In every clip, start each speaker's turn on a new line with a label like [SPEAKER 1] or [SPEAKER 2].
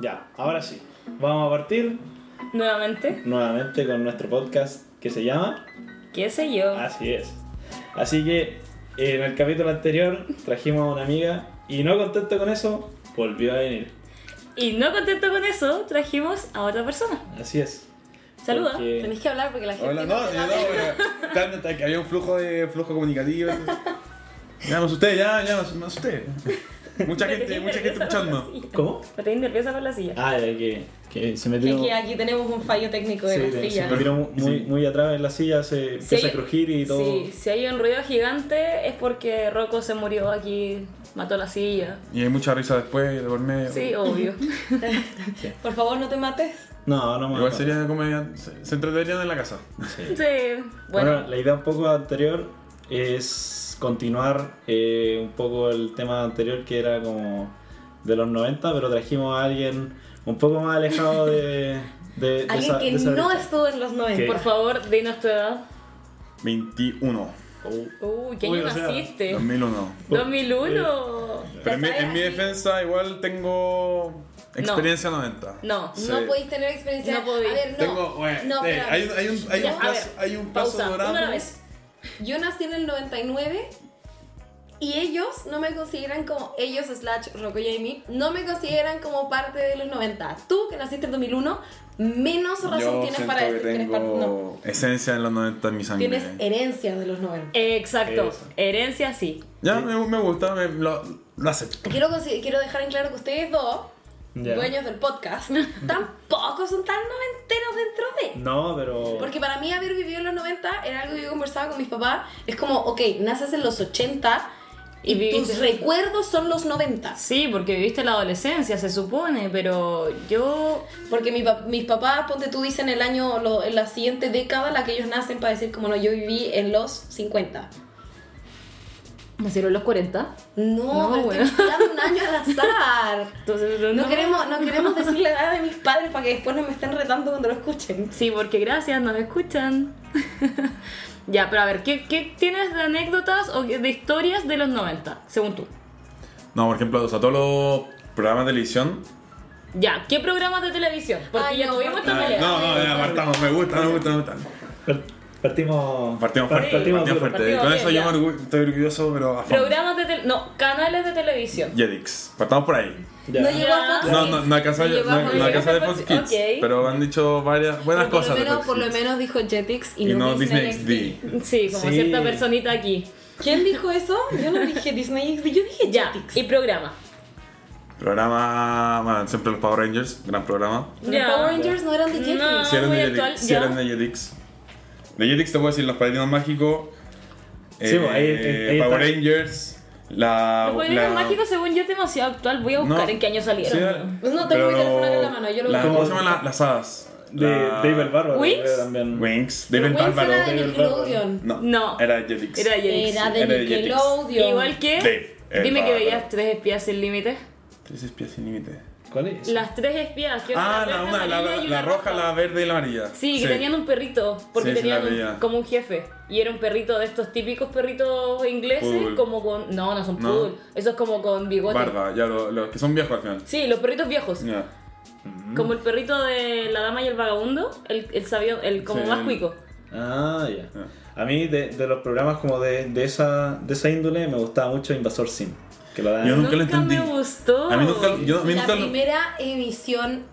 [SPEAKER 1] Ya, ahora sí. Vamos a partir
[SPEAKER 2] Nuevamente,
[SPEAKER 1] nuevamente con nuestro podcast que se llama
[SPEAKER 2] qué sé yo.
[SPEAKER 1] Así es. Así que en el capítulo anterior trajimos a una amiga y no contento con eso, volvió a venir.
[SPEAKER 2] Y no contento con eso, trajimos a otra persona.
[SPEAKER 1] Así es.
[SPEAKER 2] Saluda.
[SPEAKER 1] Porque-
[SPEAKER 3] Tenéis que hablar porque la gente.
[SPEAKER 4] Hola, no,
[SPEAKER 3] te
[SPEAKER 4] sí,
[SPEAKER 3] va
[SPEAKER 4] no,
[SPEAKER 3] a ver.
[SPEAKER 4] porque tan- tan que había un flujo de flujo comunicativo. Ya me asusté, ya, ya me asus- me asusté. Mucha
[SPEAKER 2] Me
[SPEAKER 4] gente,
[SPEAKER 2] tenéis
[SPEAKER 4] mucha gente
[SPEAKER 2] nerviosa por la
[SPEAKER 4] escuchando.
[SPEAKER 2] silla.
[SPEAKER 1] ¿Cómo?
[SPEAKER 2] Me tenéis nerviosa por la silla.
[SPEAKER 1] Ah, de que, que se metió,
[SPEAKER 3] Es que aquí tenemos un fallo técnico de
[SPEAKER 1] sí,
[SPEAKER 3] la
[SPEAKER 1] se-
[SPEAKER 3] silla.
[SPEAKER 1] se metió muy,
[SPEAKER 4] Sí.
[SPEAKER 1] muy atrás en la silla, se empieza a crujir y todo.
[SPEAKER 2] Sí, si hay un ruido gigante es porque Rocco se murió aquí, mató la silla.
[SPEAKER 4] Y hay mucha risa después de por medio.
[SPEAKER 2] Sí, obvio.
[SPEAKER 3] Por favor, no te mates.
[SPEAKER 1] No, no me
[SPEAKER 4] Igual
[SPEAKER 1] no.
[SPEAKER 4] sería como se, se entretenían en la casa.
[SPEAKER 1] Sí.
[SPEAKER 2] Sí,
[SPEAKER 1] Bueno,
[SPEAKER 2] bueno.
[SPEAKER 1] la idea un poco anterior es continuar eh, un poco el tema anterior que era como de los 90, pero trajimos a alguien un poco más alejado de... de, de
[SPEAKER 3] Alguien
[SPEAKER 1] esa-
[SPEAKER 3] que
[SPEAKER 1] de esa
[SPEAKER 3] no
[SPEAKER 1] brecha.
[SPEAKER 3] estuvo en los 90.
[SPEAKER 1] ¿Qué?
[SPEAKER 2] Por favor, dinos tu edad.
[SPEAKER 4] 21,
[SPEAKER 1] Oh.
[SPEAKER 2] Uy, ¿qué año
[SPEAKER 1] Uy, o sea,
[SPEAKER 2] naciste?
[SPEAKER 4] 2001.
[SPEAKER 2] 2001.
[SPEAKER 1] Eh,
[SPEAKER 4] Pero en mi,
[SPEAKER 3] sabes,
[SPEAKER 4] en mi
[SPEAKER 3] aquí-
[SPEAKER 4] defensa igual tengo experiencia 90.
[SPEAKER 2] No,
[SPEAKER 4] Sí.
[SPEAKER 3] No podéis tener experiencia.
[SPEAKER 2] No podí.
[SPEAKER 3] A ver, no.
[SPEAKER 4] Tengo, bueno,
[SPEAKER 3] no,
[SPEAKER 4] eh,
[SPEAKER 3] espera.
[SPEAKER 4] hay, un- hay un, hay
[SPEAKER 2] Ya,
[SPEAKER 4] un
[SPEAKER 2] a
[SPEAKER 4] plazo,
[SPEAKER 2] ver,
[SPEAKER 4] hay un plazo
[SPEAKER 2] pausa.
[SPEAKER 4] dorado.
[SPEAKER 2] Una vez.
[SPEAKER 3] Yo nací en el 99 y ellos no me consideran como. Ellos, slash Rocco y Jamie, no me consideran como parte de los 90. Tú, que naciste en 2001, menos razón tienes para decir que eres parte. No.
[SPEAKER 4] esencia en los 90 en mi sangre.
[SPEAKER 3] Tienes herencia de los 90.
[SPEAKER 2] Exacto.
[SPEAKER 1] Eso.
[SPEAKER 2] Herencia sí.
[SPEAKER 4] Ya, me, me gusta, me- lo, lo acepto.
[SPEAKER 3] Quiero, consi- quiero dejar en claro que ustedes dos,
[SPEAKER 1] Ya.
[SPEAKER 3] dueños del podcast, tampoco son tan noventeros dentro de.
[SPEAKER 1] No, pero...
[SPEAKER 3] Porque para mí haber vivido en los 90 era algo que yo conversaba con mis papás. Es como, ok, naces en los 80
[SPEAKER 2] Y
[SPEAKER 3] y tus
[SPEAKER 2] viviste-
[SPEAKER 3] recuerdos son los 90.
[SPEAKER 2] Sí, porque viviste la adolescencia, se supone, pero yo.
[SPEAKER 3] Porque mi pa- mis papás, ponte tú, dicen el año, lo- en la siguiente década, la que ellos nacen para decir, como no, yo viví en los 50.
[SPEAKER 2] Nacieron los 40. No,
[SPEAKER 3] No, pero
[SPEAKER 2] bueno.
[SPEAKER 3] estoy dando un año al azar.
[SPEAKER 2] Entonces,
[SPEAKER 3] No, queremos, no queremos decir la edad de mis padres para que después no me estén retando cuando lo escuchen.
[SPEAKER 2] Sí, porque gracias, nos escuchan. ya, pero a ver, ¿qué, qué tienes de anécdotas o de historias de los 90, según tú?
[SPEAKER 4] No, por ejemplo, o sea, todos los programas de televisión.
[SPEAKER 2] Ya, ¿qué programas de televisión? Porque
[SPEAKER 3] Ay,
[SPEAKER 2] ya
[SPEAKER 3] no,
[SPEAKER 2] tuvimos esta
[SPEAKER 3] no,
[SPEAKER 2] pelea.
[SPEAKER 4] Ah, No, no, ya partamos, me gusta, me gusta, me gusta.
[SPEAKER 1] Per- Partimos...
[SPEAKER 4] Partimos fuerte,
[SPEAKER 1] Partimos
[SPEAKER 4] partimos,
[SPEAKER 1] duro.
[SPEAKER 4] fuerte.
[SPEAKER 2] Partimos
[SPEAKER 4] Con
[SPEAKER 2] bien,
[SPEAKER 4] eso
[SPEAKER 2] ya.
[SPEAKER 4] yo me orgu- estoy orgulloso, pero a fondo.
[SPEAKER 2] Programas de televisión. No, canales de televisión.
[SPEAKER 4] Jedix, partamos por ahí.
[SPEAKER 1] Ya.
[SPEAKER 3] No llegó a Fox
[SPEAKER 4] No,
[SPEAKER 3] Kids.
[SPEAKER 4] no, no alcanzó
[SPEAKER 3] llegó
[SPEAKER 4] no,
[SPEAKER 3] a
[SPEAKER 4] no
[SPEAKER 3] Fox
[SPEAKER 4] alcanzó de
[SPEAKER 2] Kids.
[SPEAKER 4] Fox Kids,
[SPEAKER 2] Ok.
[SPEAKER 4] pero han dicho varias buenas
[SPEAKER 3] Pero
[SPEAKER 4] cosas
[SPEAKER 3] Por lo,
[SPEAKER 4] de
[SPEAKER 3] menos,
[SPEAKER 4] Fox
[SPEAKER 3] por lo
[SPEAKER 4] Kids.
[SPEAKER 3] menos dijo Jetix y,
[SPEAKER 4] Y no Disney
[SPEAKER 3] Disney
[SPEAKER 4] XD.
[SPEAKER 2] Sí, como
[SPEAKER 1] Sí.
[SPEAKER 2] cierta personita aquí.
[SPEAKER 3] ¿Quién dijo eso? Yo no dije Disney XD, yo dije
[SPEAKER 2] Ya,
[SPEAKER 3] Jetix.
[SPEAKER 2] y programa.
[SPEAKER 4] Programa, bueno, siempre los Power Rangers, gran programa.
[SPEAKER 3] Los
[SPEAKER 2] Ya.
[SPEAKER 3] Power Rangers no eran de Jetix.
[SPEAKER 2] No.
[SPEAKER 4] Si eran
[SPEAKER 2] Ah, muy
[SPEAKER 4] de
[SPEAKER 2] actual,
[SPEAKER 4] Jetix, si
[SPEAKER 2] ya.
[SPEAKER 4] eran de Jetix. De Jetix te puedo decir los Padrinos Mágicos,
[SPEAKER 1] Sí, pues, ahí- ahí
[SPEAKER 4] eh, Power
[SPEAKER 1] está.
[SPEAKER 4] Rangers, la...
[SPEAKER 2] Los
[SPEAKER 4] la-
[SPEAKER 2] Poderes Mágicos, según yo, es demasiado actual. Voy a
[SPEAKER 4] No.
[SPEAKER 2] buscar en qué año
[SPEAKER 4] Sí,
[SPEAKER 2] salieron.
[SPEAKER 3] Pues no tengo mi
[SPEAKER 4] pero-
[SPEAKER 3] teléfono en la mano, yo lo
[SPEAKER 4] la-
[SPEAKER 3] busco.
[SPEAKER 4] ¿Cómo se llaman la- las hadas?
[SPEAKER 1] De
[SPEAKER 4] La-
[SPEAKER 1] Dave el Bárbaro,
[SPEAKER 2] ¿Wings?
[SPEAKER 1] creo, también.
[SPEAKER 4] Wings.
[SPEAKER 3] Pero
[SPEAKER 4] David
[SPEAKER 3] Wings
[SPEAKER 4] Bárbaro.
[SPEAKER 3] era de
[SPEAKER 1] David
[SPEAKER 3] Nickelodeon.
[SPEAKER 4] No,
[SPEAKER 2] No.
[SPEAKER 4] Era de Jetix.
[SPEAKER 2] Era Jetix.
[SPEAKER 3] Era
[SPEAKER 4] Era
[SPEAKER 3] de
[SPEAKER 4] de Jetix.
[SPEAKER 3] Nickelodeon.
[SPEAKER 2] Igual que.
[SPEAKER 4] Dave, el
[SPEAKER 2] dime que
[SPEAKER 4] bárbaro.
[SPEAKER 2] veías tres espías sin límites.
[SPEAKER 4] Tres espías sin límite.
[SPEAKER 1] ¿Cuál es?
[SPEAKER 2] Las tres espías. que
[SPEAKER 4] Ah,
[SPEAKER 2] eran
[SPEAKER 4] la,
[SPEAKER 2] verde,
[SPEAKER 4] una, la,
[SPEAKER 2] amarilla
[SPEAKER 4] la,
[SPEAKER 2] y
[SPEAKER 4] la
[SPEAKER 2] una
[SPEAKER 4] roja, la verde y la amarilla.
[SPEAKER 2] Sí, que tenían un perrito, porque
[SPEAKER 4] Sí, sí,
[SPEAKER 2] tenían
[SPEAKER 4] la
[SPEAKER 2] un-
[SPEAKER 4] veía.
[SPEAKER 2] como un jefe. Y era un perrito de estos típicos perritos ingleses,
[SPEAKER 4] Poodle.
[SPEAKER 2] como con... No, no son
[SPEAKER 4] No.
[SPEAKER 2] poodle. Eso es como con bigote.
[SPEAKER 4] Barba, ya, lo- los que son viejos al final.
[SPEAKER 2] Sí, los perritos viejos.
[SPEAKER 4] Ya.
[SPEAKER 2] Como el perrito de la dama y el vagabundo, el, el sabio, el como
[SPEAKER 4] Sí,
[SPEAKER 2] más
[SPEAKER 4] el-
[SPEAKER 2] cuico.
[SPEAKER 1] Ah, ya. A mí de, de los programas como de, de, esa, de esa índole me gustaba mucho Invasor Sim. Que lo daban-
[SPEAKER 4] Yo nunca lo entendí.
[SPEAKER 2] me gustó.
[SPEAKER 4] A mí nunca, yo, a mí
[SPEAKER 3] La
[SPEAKER 4] nunca lo-
[SPEAKER 3] primera emisión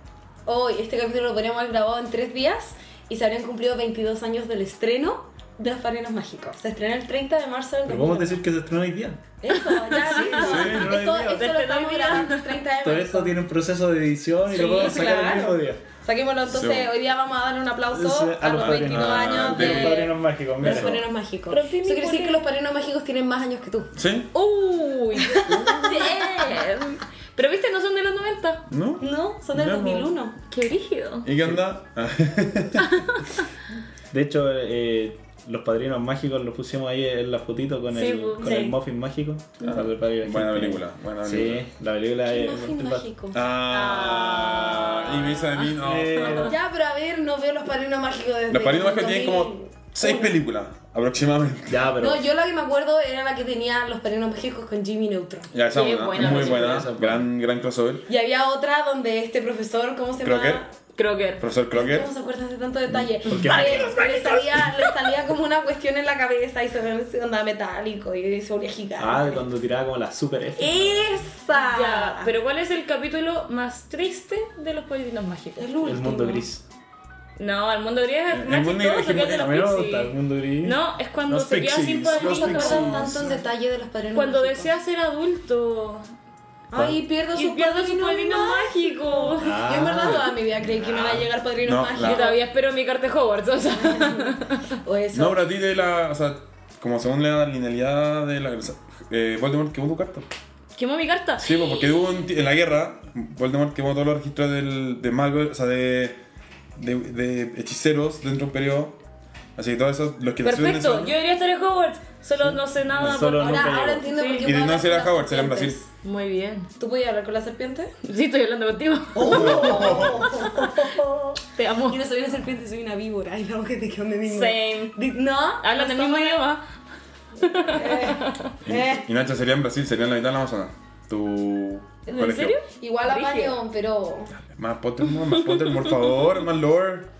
[SPEAKER 3] hoy, este capítulo lo podríamos haber grabado en tres días y se habrían cumplido 22 años del estreno de Los Padrinos Mágicos. Se estrenó el 30 de marzo del
[SPEAKER 1] Pero podemos
[SPEAKER 3] 2001.
[SPEAKER 1] decir que se estrenó hoy día.
[SPEAKER 3] Eso, ya, listo.
[SPEAKER 4] sí, no lo
[SPEAKER 3] esto,
[SPEAKER 4] había
[SPEAKER 3] esto lo
[SPEAKER 2] visto.
[SPEAKER 3] estamos grabando el 30 de
[SPEAKER 1] Todo
[SPEAKER 3] marzo.
[SPEAKER 1] esto tiene un proceso de edición y
[SPEAKER 3] Sí,
[SPEAKER 1] lo podemos sacar el
[SPEAKER 3] claro.
[SPEAKER 1] mismo día.
[SPEAKER 3] Saquémoslo entonces,
[SPEAKER 4] Sí.
[SPEAKER 3] hoy día vamos a darle un aplauso
[SPEAKER 1] Ese-
[SPEAKER 3] a los
[SPEAKER 1] padrinos-
[SPEAKER 3] 22
[SPEAKER 4] ah,
[SPEAKER 3] años
[SPEAKER 1] de
[SPEAKER 3] de
[SPEAKER 1] los padrinos mágicos,
[SPEAKER 3] Los
[SPEAKER 1] mira.
[SPEAKER 3] Padrinos Mágicos.
[SPEAKER 2] Rompí mi
[SPEAKER 3] Eso quiere decir
[SPEAKER 2] corazón.
[SPEAKER 3] que Los Padrinos Mágicos tienen más años que tú.
[SPEAKER 4] ¿Sí?
[SPEAKER 2] Uy. damn. Pero viste, no son de los 90.
[SPEAKER 4] ¿No?
[SPEAKER 3] No, son del
[SPEAKER 4] Veamos.
[SPEAKER 3] 2001.
[SPEAKER 2] Qué rígido.
[SPEAKER 4] ¿Y qué onda? Ah,
[SPEAKER 1] De hecho, eh, los padrinos mágicos los pusimos ahí en la fotito con,
[SPEAKER 2] Sí,
[SPEAKER 1] el,
[SPEAKER 2] pues,
[SPEAKER 1] con
[SPEAKER 2] sí.
[SPEAKER 1] el muffin mágico. Ah, para el padre de la
[SPEAKER 4] buena
[SPEAKER 1] gente.
[SPEAKER 4] película, buena
[SPEAKER 1] Sí,
[SPEAKER 4] película.
[SPEAKER 1] la película
[SPEAKER 3] ¿Qué
[SPEAKER 1] es.
[SPEAKER 3] muffin mágico?
[SPEAKER 4] Ah, y me hizo de mí, no.
[SPEAKER 1] Eh,
[SPEAKER 3] Ya, pero a ver, no veo Los Padrinos Mágicos desde
[SPEAKER 4] Los Padrinos
[SPEAKER 3] el
[SPEAKER 4] Mágicos tienen como
[SPEAKER 3] 2000.
[SPEAKER 4] seis películas. Aproximadamente.
[SPEAKER 1] Ya, pero.
[SPEAKER 3] No, yo la que me acuerdo era la que tenía los perenos pejecos con Jimmy Neutron.
[SPEAKER 4] Ya, esa
[SPEAKER 2] Sí,
[SPEAKER 4] buena,
[SPEAKER 2] buena
[SPEAKER 4] muy
[SPEAKER 2] versión.
[SPEAKER 4] buena,
[SPEAKER 1] Esa es buena.
[SPEAKER 4] gran, gran crossover.
[SPEAKER 3] Y había otra donde este profesor, ¿cómo se
[SPEAKER 4] Crocker.
[SPEAKER 3] llama?
[SPEAKER 2] Crocker.
[SPEAKER 4] Profesor Crocker.
[SPEAKER 3] ¿Cómo se acuerdan de tanto detalle?
[SPEAKER 1] Porque-
[SPEAKER 3] Le, le salía, le salía como una cuestión en la cabeza y se, se andaba metálico y se volvía gigante.
[SPEAKER 1] Ah, de cuando tiraba como la super F.
[SPEAKER 3] Eh, ¡Esa!
[SPEAKER 2] Ya, pero ¿cuál es el capítulo más triste de los políticos mágicos?
[SPEAKER 3] el, último.
[SPEAKER 1] El mundo gris.
[SPEAKER 2] No, el mundo gris es
[SPEAKER 4] El
[SPEAKER 2] más
[SPEAKER 4] mundo
[SPEAKER 2] chistoso
[SPEAKER 4] gris,
[SPEAKER 2] que el de
[SPEAKER 4] a
[SPEAKER 2] los
[SPEAKER 4] mí me
[SPEAKER 2] Pixies.
[SPEAKER 1] gusta el mundo gris.
[SPEAKER 2] No, es cuando
[SPEAKER 4] Los
[SPEAKER 2] se queda
[SPEAKER 4] Pixies,
[SPEAKER 2] sin
[SPEAKER 4] los
[SPEAKER 3] No se
[SPEAKER 2] padrino.
[SPEAKER 4] Pixies.
[SPEAKER 3] acuerdan tanto en detalle de los padrinos
[SPEAKER 2] Cuando
[SPEAKER 3] mágicos.
[SPEAKER 2] desea ser adulto
[SPEAKER 3] Ay, pierdo
[SPEAKER 2] y
[SPEAKER 3] su
[SPEAKER 2] pierde su
[SPEAKER 3] padrino
[SPEAKER 2] padrino mágico.
[SPEAKER 1] Ah.
[SPEAKER 3] Yo en verdad toda mi vida creí que me iban a llegar padrinos
[SPEAKER 4] No,
[SPEAKER 2] Yo
[SPEAKER 3] mágicos.
[SPEAKER 4] la-
[SPEAKER 2] todavía espero mi carta de Hogwarts, o sea.
[SPEAKER 3] O eso.
[SPEAKER 4] No, pero a ti de la. O sea, como según la linealidad de la. Eh, Voldemort quemó tu carta.
[SPEAKER 2] ¿Quemó mi carta?
[SPEAKER 4] Sí, pues, porque hubo un ti- en la guerra, Voldemort quemó todos los registros del, de magos, o sea, de, de, de hechiceros dentro de un periodo. Así que todos esos, los que nacieron en ese
[SPEAKER 2] Perfecto,
[SPEAKER 4] año-
[SPEAKER 2] yo debería estar en Hogwarts. Solo no sé nada.
[SPEAKER 1] Solo
[SPEAKER 2] por-
[SPEAKER 1] no.
[SPEAKER 3] ahora,
[SPEAKER 1] nunca
[SPEAKER 3] ahora
[SPEAKER 1] llegó.
[SPEAKER 3] entiendo
[SPEAKER 2] Sí.
[SPEAKER 3] por qué
[SPEAKER 4] Y de
[SPEAKER 3] puedo
[SPEAKER 4] no
[SPEAKER 3] hablar
[SPEAKER 4] ser
[SPEAKER 3] con
[SPEAKER 4] a
[SPEAKER 3] las
[SPEAKER 4] Howard, será en Brasil.
[SPEAKER 3] serpientes.
[SPEAKER 2] Muy bien.
[SPEAKER 3] ¿Tú podías hablar con la serpiente?
[SPEAKER 2] Sí, estoy hablando contigo.
[SPEAKER 3] Oh.
[SPEAKER 2] Te amo.
[SPEAKER 3] Yo no soy una serpiente, soy una víbora. Y la que te quedó de mismo.
[SPEAKER 2] Same.
[SPEAKER 3] Di- ¿No?
[SPEAKER 2] Hablan el mismo idioma.
[SPEAKER 3] Eh.
[SPEAKER 4] Y, y Nacho sería en Brasil, sería en la mitad de la Amazonas. Tu
[SPEAKER 2] ¿En
[SPEAKER 4] colegio.
[SPEAKER 2] serio?
[SPEAKER 3] Igual a
[SPEAKER 2] Brígido.
[SPEAKER 3] Marion, pero.
[SPEAKER 4] Más Potter, no, más Potter, por favor, más lore.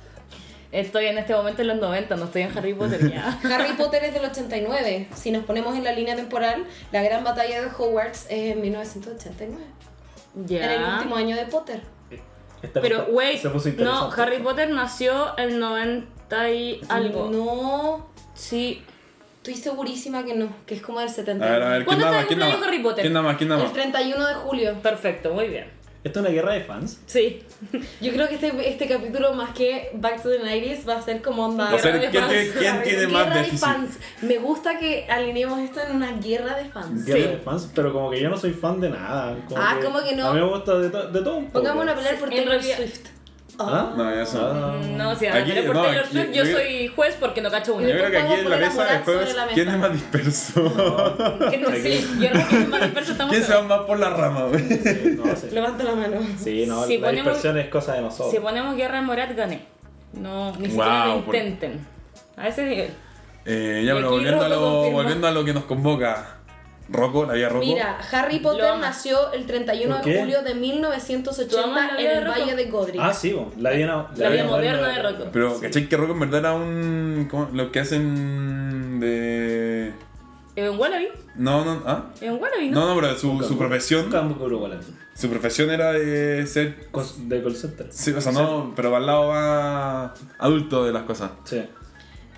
[SPEAKER 2] Estoy en este momento en los 90, no estoy en Harry Potter ya.
[SPEAKER 3] Harry Potter es del 89. Si nos ponemos en la línea temporal, la gran batalla de Hogwarts es en 1989. En el último
[SPEAKER 2] Ya.
[SPEAKER 3] año de Potter.
[SPEAKER 1] Esta
[SPEAKER 2] Pero,
[SPEAKER 1] cosa-
[SPEAKER 2] wait,
[SPEAKER 1] se puso
[SPEAKER 2] no,
[SPEAKER 1] interesante.
[SPEAKER 2] Harry Potter nació el 90 y algo.
[SPEAKER 3] No.
[SPEAKER 2] Sí.
[SPEAKER 3] Estoy segurísima que no, que es como del
[SPEAKER 4] A
[SPEAKER 3] 70.
[SPEAKER 4] ver, a ver, ¿quién
[SPEAKER 2] ¿Cuándo
[SPEAKER 4] nada
[SPEAKER 2] está
[SPEAKER 4] más?
[SPEAKER 2] el
[SPEAKER 4] ¿Quién nada
[SPEAKER 2] cumpleaños
[SPEAKER 4] más?
[SPEAKER 2] Harry Potter?
[SPEAKER 4] ¿Quién nada más? ¿Quién nada
[SPEAKER 3] El
[SPEAKER 4] más?
[SPEAKER 3] 31 de julio.
[SPEAKER 2] Perfecto, muy bien.
[SPEAKER 1] ¿Esto es una guerra de fans?
[SPEAKER 2] Sí.
[SPEAKER 3] Yo creo que este, este capítulo, más que Back to the 90s, va a ser como onda.
[SPEAKER 4] Va a ser
[SPEAKER 2] Guerra de
[SPEAKER 4] ¿quién,
[SPEAKER 2] fans.
[SPEAKER 4] tiene- quién tiene
[SPEAKER 3] guerra
[SPEAKER 4] más
[SPEAKER 3] de
[SPEAKER 4] déficit.
[SPEAKER 3] fans. Me gusta que alineemos esto en una guerra de fans.
[SPEAKER 1] Guerra de fans, pero como que yo no soy fan de nada. Como
[SPEAKER 3] Ah, ¿cómo que no?
[SPEAKER 1] A mí me gusta de, to- de todo un poco.
[SPEAKER 3] Pongamos una pelea por
[SPEAKER 2] En
[SPEAKER 3] Taylor
[SPEAKER 2] realidad-
[SPEAKER 3] Swift.
[SPEAKER 1] ¿Ah?
[SPEAKER 4] No, ya son.
[SPEAKER 1] Ah.
[SPEAKER 2] No, si
[SPEAKER 4] Aquí,
[SPEAKER 2] ahora por
[SPEAKER 4] no,
[SPEAKER 2] Taylor
[SPEAKER 4] aquí-
[SPEAKER 2] Swift, yo
[SPEAKER 4] yo-
[SPEAKER 2] soy juez porque no cacho una.
[SPEAKER 4] Yo creo que aquí en la
[SPEAKER 3] Podemos
[SPEAKER 4] mesa
[SPEAKER 3] poner
[SPEAKER 4] el juego
[SPEAKER 3] sobre
[SPEAKER 4] es
[SPEAKER 3] la mesa.
[SPEAKER 4] quién es más disperso.
[SPEAKER 2] Que no sé, yo creo que más disperso estamos
[SPEAKER 4] ¿Quién se va más por la rama, güey?
[SPEAKER 1] Sí, no, sí.
[SPEAKER 3] Oh, Levanta la mano.
[SPEAKER 1] Sí, no,
[SPEAKER 2] Si
[SPEAKER 1] la
[SPEAKER 2] ponemos-
[SPEAKER 1] dispersión es cosa de nosotros.
[SPEAKER 2] Si ponemos guerra en Morat, gané. No, ni
[SPEAKER 4] Wow,
[SPEAKER 2] siquiera lo
[SPEAKER 4] por-
[SPEAKER 2] intenten. A ese nivel.
[SPEAKER 4] Eh, ya,
[SPEAKER 2] Y
[SPEAKER 4] pero
[SPEAKER 2] aquí
[SPEAKER 4] volviendo a,
[SPEAKER 2] Rocco
[SPEAKER 4] lo,
[SPEAKER 2] confirma.
[SPEAKER 4] volviendo a lo que nos convoca. Rocco, la vida Rocco.
[SPEAKER 3] Mira, Harry
[SPEAKER 2] Lo
[SPEAKER 3] Potter
[SPEAKER 2] amas.
[SPEAKER 3] nació el 31
[SPEAKER 1] ¿Por
[SPEAKER 3] de
[SPEAKER 1] qué?
[SPEAKER 3] julio de
[SPEAKER 2] ¿Tú amas
[SPEAKER 3] 1980
[SPEAKER 2] la vida
[SPEAKER 3] en el
[SPEAKER 2] de Rocco?
[SPEAKER 3] Valle de Godric.
[SPEAKER 1] Ah, sí, bo, la vida,
[SPEAKER 2] La vida moderna de Rocco.
[SPEAKER 4] pero, ¿cachai que Rocco en verdad era un. ¿cómo? Lo que hacen de.
[SPEAKER 2] ¿En Wallaby?
[SPEAKER 4] No, no, ¿ah?
[SPEAKER 2] ¿En Wallaby, no?
[SPEAKER 4] No, no, pero su, su
[SPEAKER 1] Un
[SPEAKER 4] profesión.
[SPEAKER 1] canguro volante.
[SPEAKER 4] Su profesión era de ser.
[SPEAKER 1] Cos- De call center.
[SPEAKER 4] Sí, o sea, no, pero va al lado va adulto de las cosas.
[SPEAKER 1] Sí.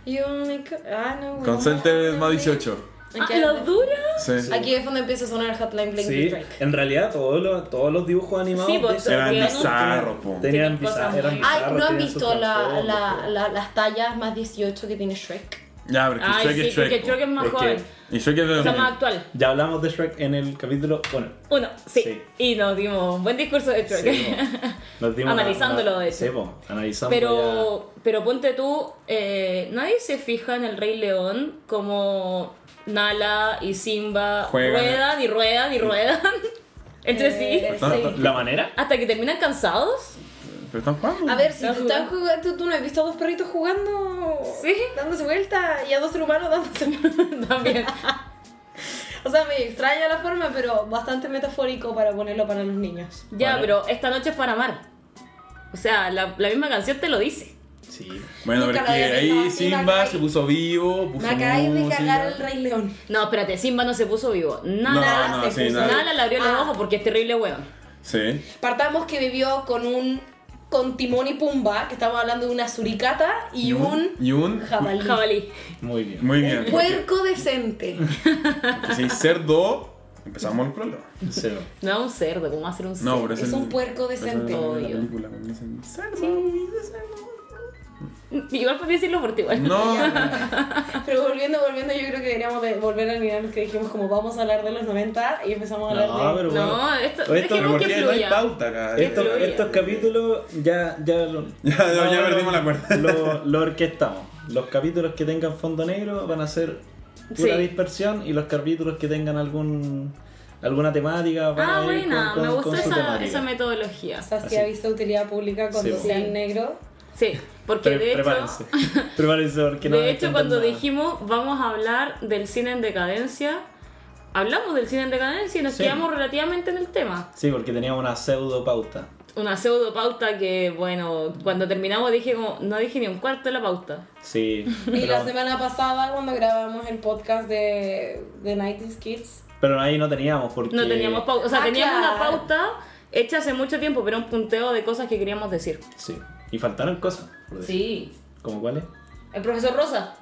[SPEAKER 3] Y un eco- Ah, no.
[SPEAKER 4] Con Center más 18.
[SPEAKER 2] Ah,
[SPEAKER 3] Aquí,
[SPEAKER 2] ¿La dura?
[SPEAKER 4] Sí.
[SPEAKER 3] aquí es donde empieza a sonar Hotline Bling
[SPEAKER 1] Sí,
[SPEAKER 3] Drake.
[SPEAKER 1] en realidad todos los, todos los dibujos animados
[SPEAKER 2] Sí,
[SPEAKER 1] de
[SPEAKER 2] pues,
[SPEAKER 1] esa
[SPEAKER 4] Eran
[SPEAKER 1] época
[SPEAKER 4] bizarros, po.
[SPEAKER 1] Tenían
[SPEAKER 2] Tienen cosas
[SPEAKER 1] bizar- eran
[SPEAKER 2] muy-
[SPEAKER 1] bizarros.
[SPEAKER 3] Ay, ¿no han
[SPEAKER 1] tenían sus
[SPEAKER 3] visto la,
[SPEAKER 1] transformes,
[SPEAKER 3] la,
[SPEAKER 1] po.
[SPEAKER 3] la- las tallas más 18 que tiene Shrek?
[SPEAKER 4] Ya, pero que
[SPEAKER 2] Ay,
[SPEAKER 4] Shrek
[SPEAKER 2] sí,
[SPEAKER 4] es Shrek.
[SPEAKER 2] que Shrek es más
[SPEAKER 1] Es que-
[SPEAKER 2] joven.
[SPEAKER 4] Y Shrek es de
[SPEAKER 2] O sea, más actual.
[SPEAKER 1] Ya hablamos de Shrek en el capítulo. Bueno,
[SPEAKER 2] Uno, sí.
[SPEAKER 1] Sí.
[SPEAKER 2] Y nos dimos un buen discurso de Shrek.
[SPEAKER 1] sí, po. Nos dimos
[SPEAKER 2] Analizándolo,
[SPEAKER 1] una-
[SPEAKER 2] de hecho.
[SPEAKER 1] Sí, po, analizando. ya.
[SPEAKER 2] Pero, pero ponte tú, eh, nadie se fija en el Rey León como Nala y Simba
[SPEAKER 4] Juegan.
[SPEAKER 2] ruedan y ruedan y ruedan entre sí
[SPEAKER 3] Eh,
[SPEAKER 4] Ah, ah,
[SPEAKER 3] sí.
[SPEAKER 1] ¿La manera?
[SPEAKER 2] hasta que terminan cansados.
[SPEAKER 4] Pero están jugando.
[SPEAKER 3] A ver, si
[SPEAKER 2] ¿Estás
[SPEAKER 3] tú, estás jugando, tú, tú no has visto a dos perritos jugando,
[SPEAKER 2] Sí.
[SPEAKER 3] dándose vuelta, y a dos seres humanos dándose vuelta.
[SPEAKER 2] También.
[SPEAKER 3] O sea, me extraña la forma, pero bastante metafórico para ponerlo para los niños.
[SPEAKER 2] ya,
[SPEAKER 1] Vale.
[SPEAKER 2] pero esta noche es para amar. O sea, la, la misma canción te lo dice.
[SPEAKER 1] Sí.
[SPEAKER 4] Bueno, pero
[SPEAKER 3] Nunca
[SPEAKER 4] que
[SPEAKER 3] lo había
[SPEAKER 4] ahí
[SPEAKER 3] pensado así, me
[SPEAKER 4] Simba
[SPEAKER 3] acabáis-
[SPEAKER 4] se puso vivo, puso
[SPEAKER 3] Me acabáis de
[SPEAKER 4] música.
[SPEAKER 3] cagar el Rey León.
[SPEAKER 2] No, espérate, Simba no se puso vivo. Nala,
[SPEAKER 4] No,
[SPEAKER 3] se
[SPEAKER 4] no, sí,
[SPEAKER 3] puso-
[SPEAKER 4] nada.
[SPEAKER 2] Nala le abrió los
[SPEAKER 3] Ah.
[SPEAKER 2] ojos porque es terrible hueón.
[SPEAKER 4] Sí.
[SPEAKER 3] Partamos que vivió con un. con Timón y Pumba, que estamos hablando de una suricata, y un.
[SPEAKER 4] Y un.
[SPEAKER 3] jabalí.
[SPEAKER 2] Jabalí.
[SPEAKER 1] Muy bien.
[SPEAKER 4] Muy bien.
[SPEAKER 3] Puerco decente.
[SPEAKER 4] porque Si hay cerdo, empezamos el problema.
[SPEAKER 1] Sí, po.
[SPEAKER 2] No es un cerdo, ¿cómo va a ser un cerdo?
[SPEAKER 4] No, pero
[SPEAKER 3] es
[SPEAKER 4] el-
[SPEAKER 3] un
[SPEAKER 4] pero
[SPEAKER 3] puerco decente.
[SPEAKER 4] es el- la
[SPEAKER 2] Obvio.
[SPEAKER 4] película, cuando dicen cerdo.
[SPEAKER 2] Igual podría decirlo por ti, igual.
[SPEAKER 4] No,
[SPEAKER 3] Pero volviendo, volviendo, yo creo que deberíamos de volver a mirar lo que dijimos, como vamos a hablar de los 90 y empezamos a hablar
[SPEAKER 1] No,
[SPEAKER 3] de.
[SPEAKER 1] pero bueno.
[SPEAKER 2] No, esto,
[SPEAKER 1] Esto-
[SPEAKER 4] pero
[SPEAKER 2] dejemos
[SPEAKER 4] ¿por
[SPEAKER 2] que
[SPEAKER 4] qué no hay
[SPEAKER 2] fluya.
[SPEAKER 4] pauta acá?
[SPEAKER 1] Esto-
[SPEAKER 2] Pero ya.
[SPEAKER 1] estos capítulos ya, ya, lo-
[SPEAKER 4] Ya, ya perdimos la cuerda.
[SPEAKER 1] Lo, lo orquestamos. Los capítulos que tengan fondo negro van a ser pura
[SPEAKER 2] Sí.
[SPEAKER 1] dispersión y los capítulos que tengan algún alguna temática van
[SPEAKER 2] Ah,
[SPEAKER 1] a ir
[SPEAKER 2] buena,
[SPEAKER 1] con,
[SPEAKER 2] me
[SPEAKER 1] con-
[SPEAKER 2] gustó
[SPEAKER 1] con su
[SPEAKER 2] esa,
[SPEAKER 1] temática.
[SPEAKER 2] esa metodología.
[SPEAKER 3] O sea, si ha visto utilidad pública cuando
[SPEAKER 1] Sí,
[SPEAKER 3] sea
[SPEAKER 2] po.
[SPEAKER 3] en negro.
[SPEAKER 2] Sí, porque
[SPEAKER 1] Pre-
[SPEAKER 2] de hecho...
[SPEAKER 1] prepárense. prepárense porque no
[SPEAKER 2] de hecho,
[SPEAKER 1] entender
[SPEAKER 2] cuando
[SPEAKER 1] nada.
[SPEAKER 2] dijimos vamos a hablar del cine en decadencia, hablamos del cine en decadencia y nos
[SPEAKER 1] Sí.
[SPEAKER 2] quedamos relativamente en el tema.
[SPEAKER 1] Sí, porque teníamos una pseudo pauta.
[SPEAKER 2] Una pseudo pauta que, bueno, cuando terminamos dije como, no dije ni un cuarto de la pauta.
[SPEAKER 1] Sí.
[SPEAKER 3] Y la
[SPEAKER 1] pero-
[SPEAKER 3] semana pasada, cuando grabamos el podcast de, de 90s Kids,
[SPEAKER 1] Pero ahí no teníamos porque...
[SPEAKER 2] No teníamos pauta, o sea,
[SPEAKER 3] Ah,
[SPEAKER 2] teníamos una
[SPEAKER 3] claro.
[SPEAKER 2] pauta hecha hace mucho tiempo, pero un punteo de cosas que queríamos decir.
[SPEAKER 1] Sí. Y faltaron cosas. por decir.
[SPEAKER 2] Sí.
[SPEAKER 1] ¿Cómo cuáles?
[SPEAKER 2] El profesor Rosa.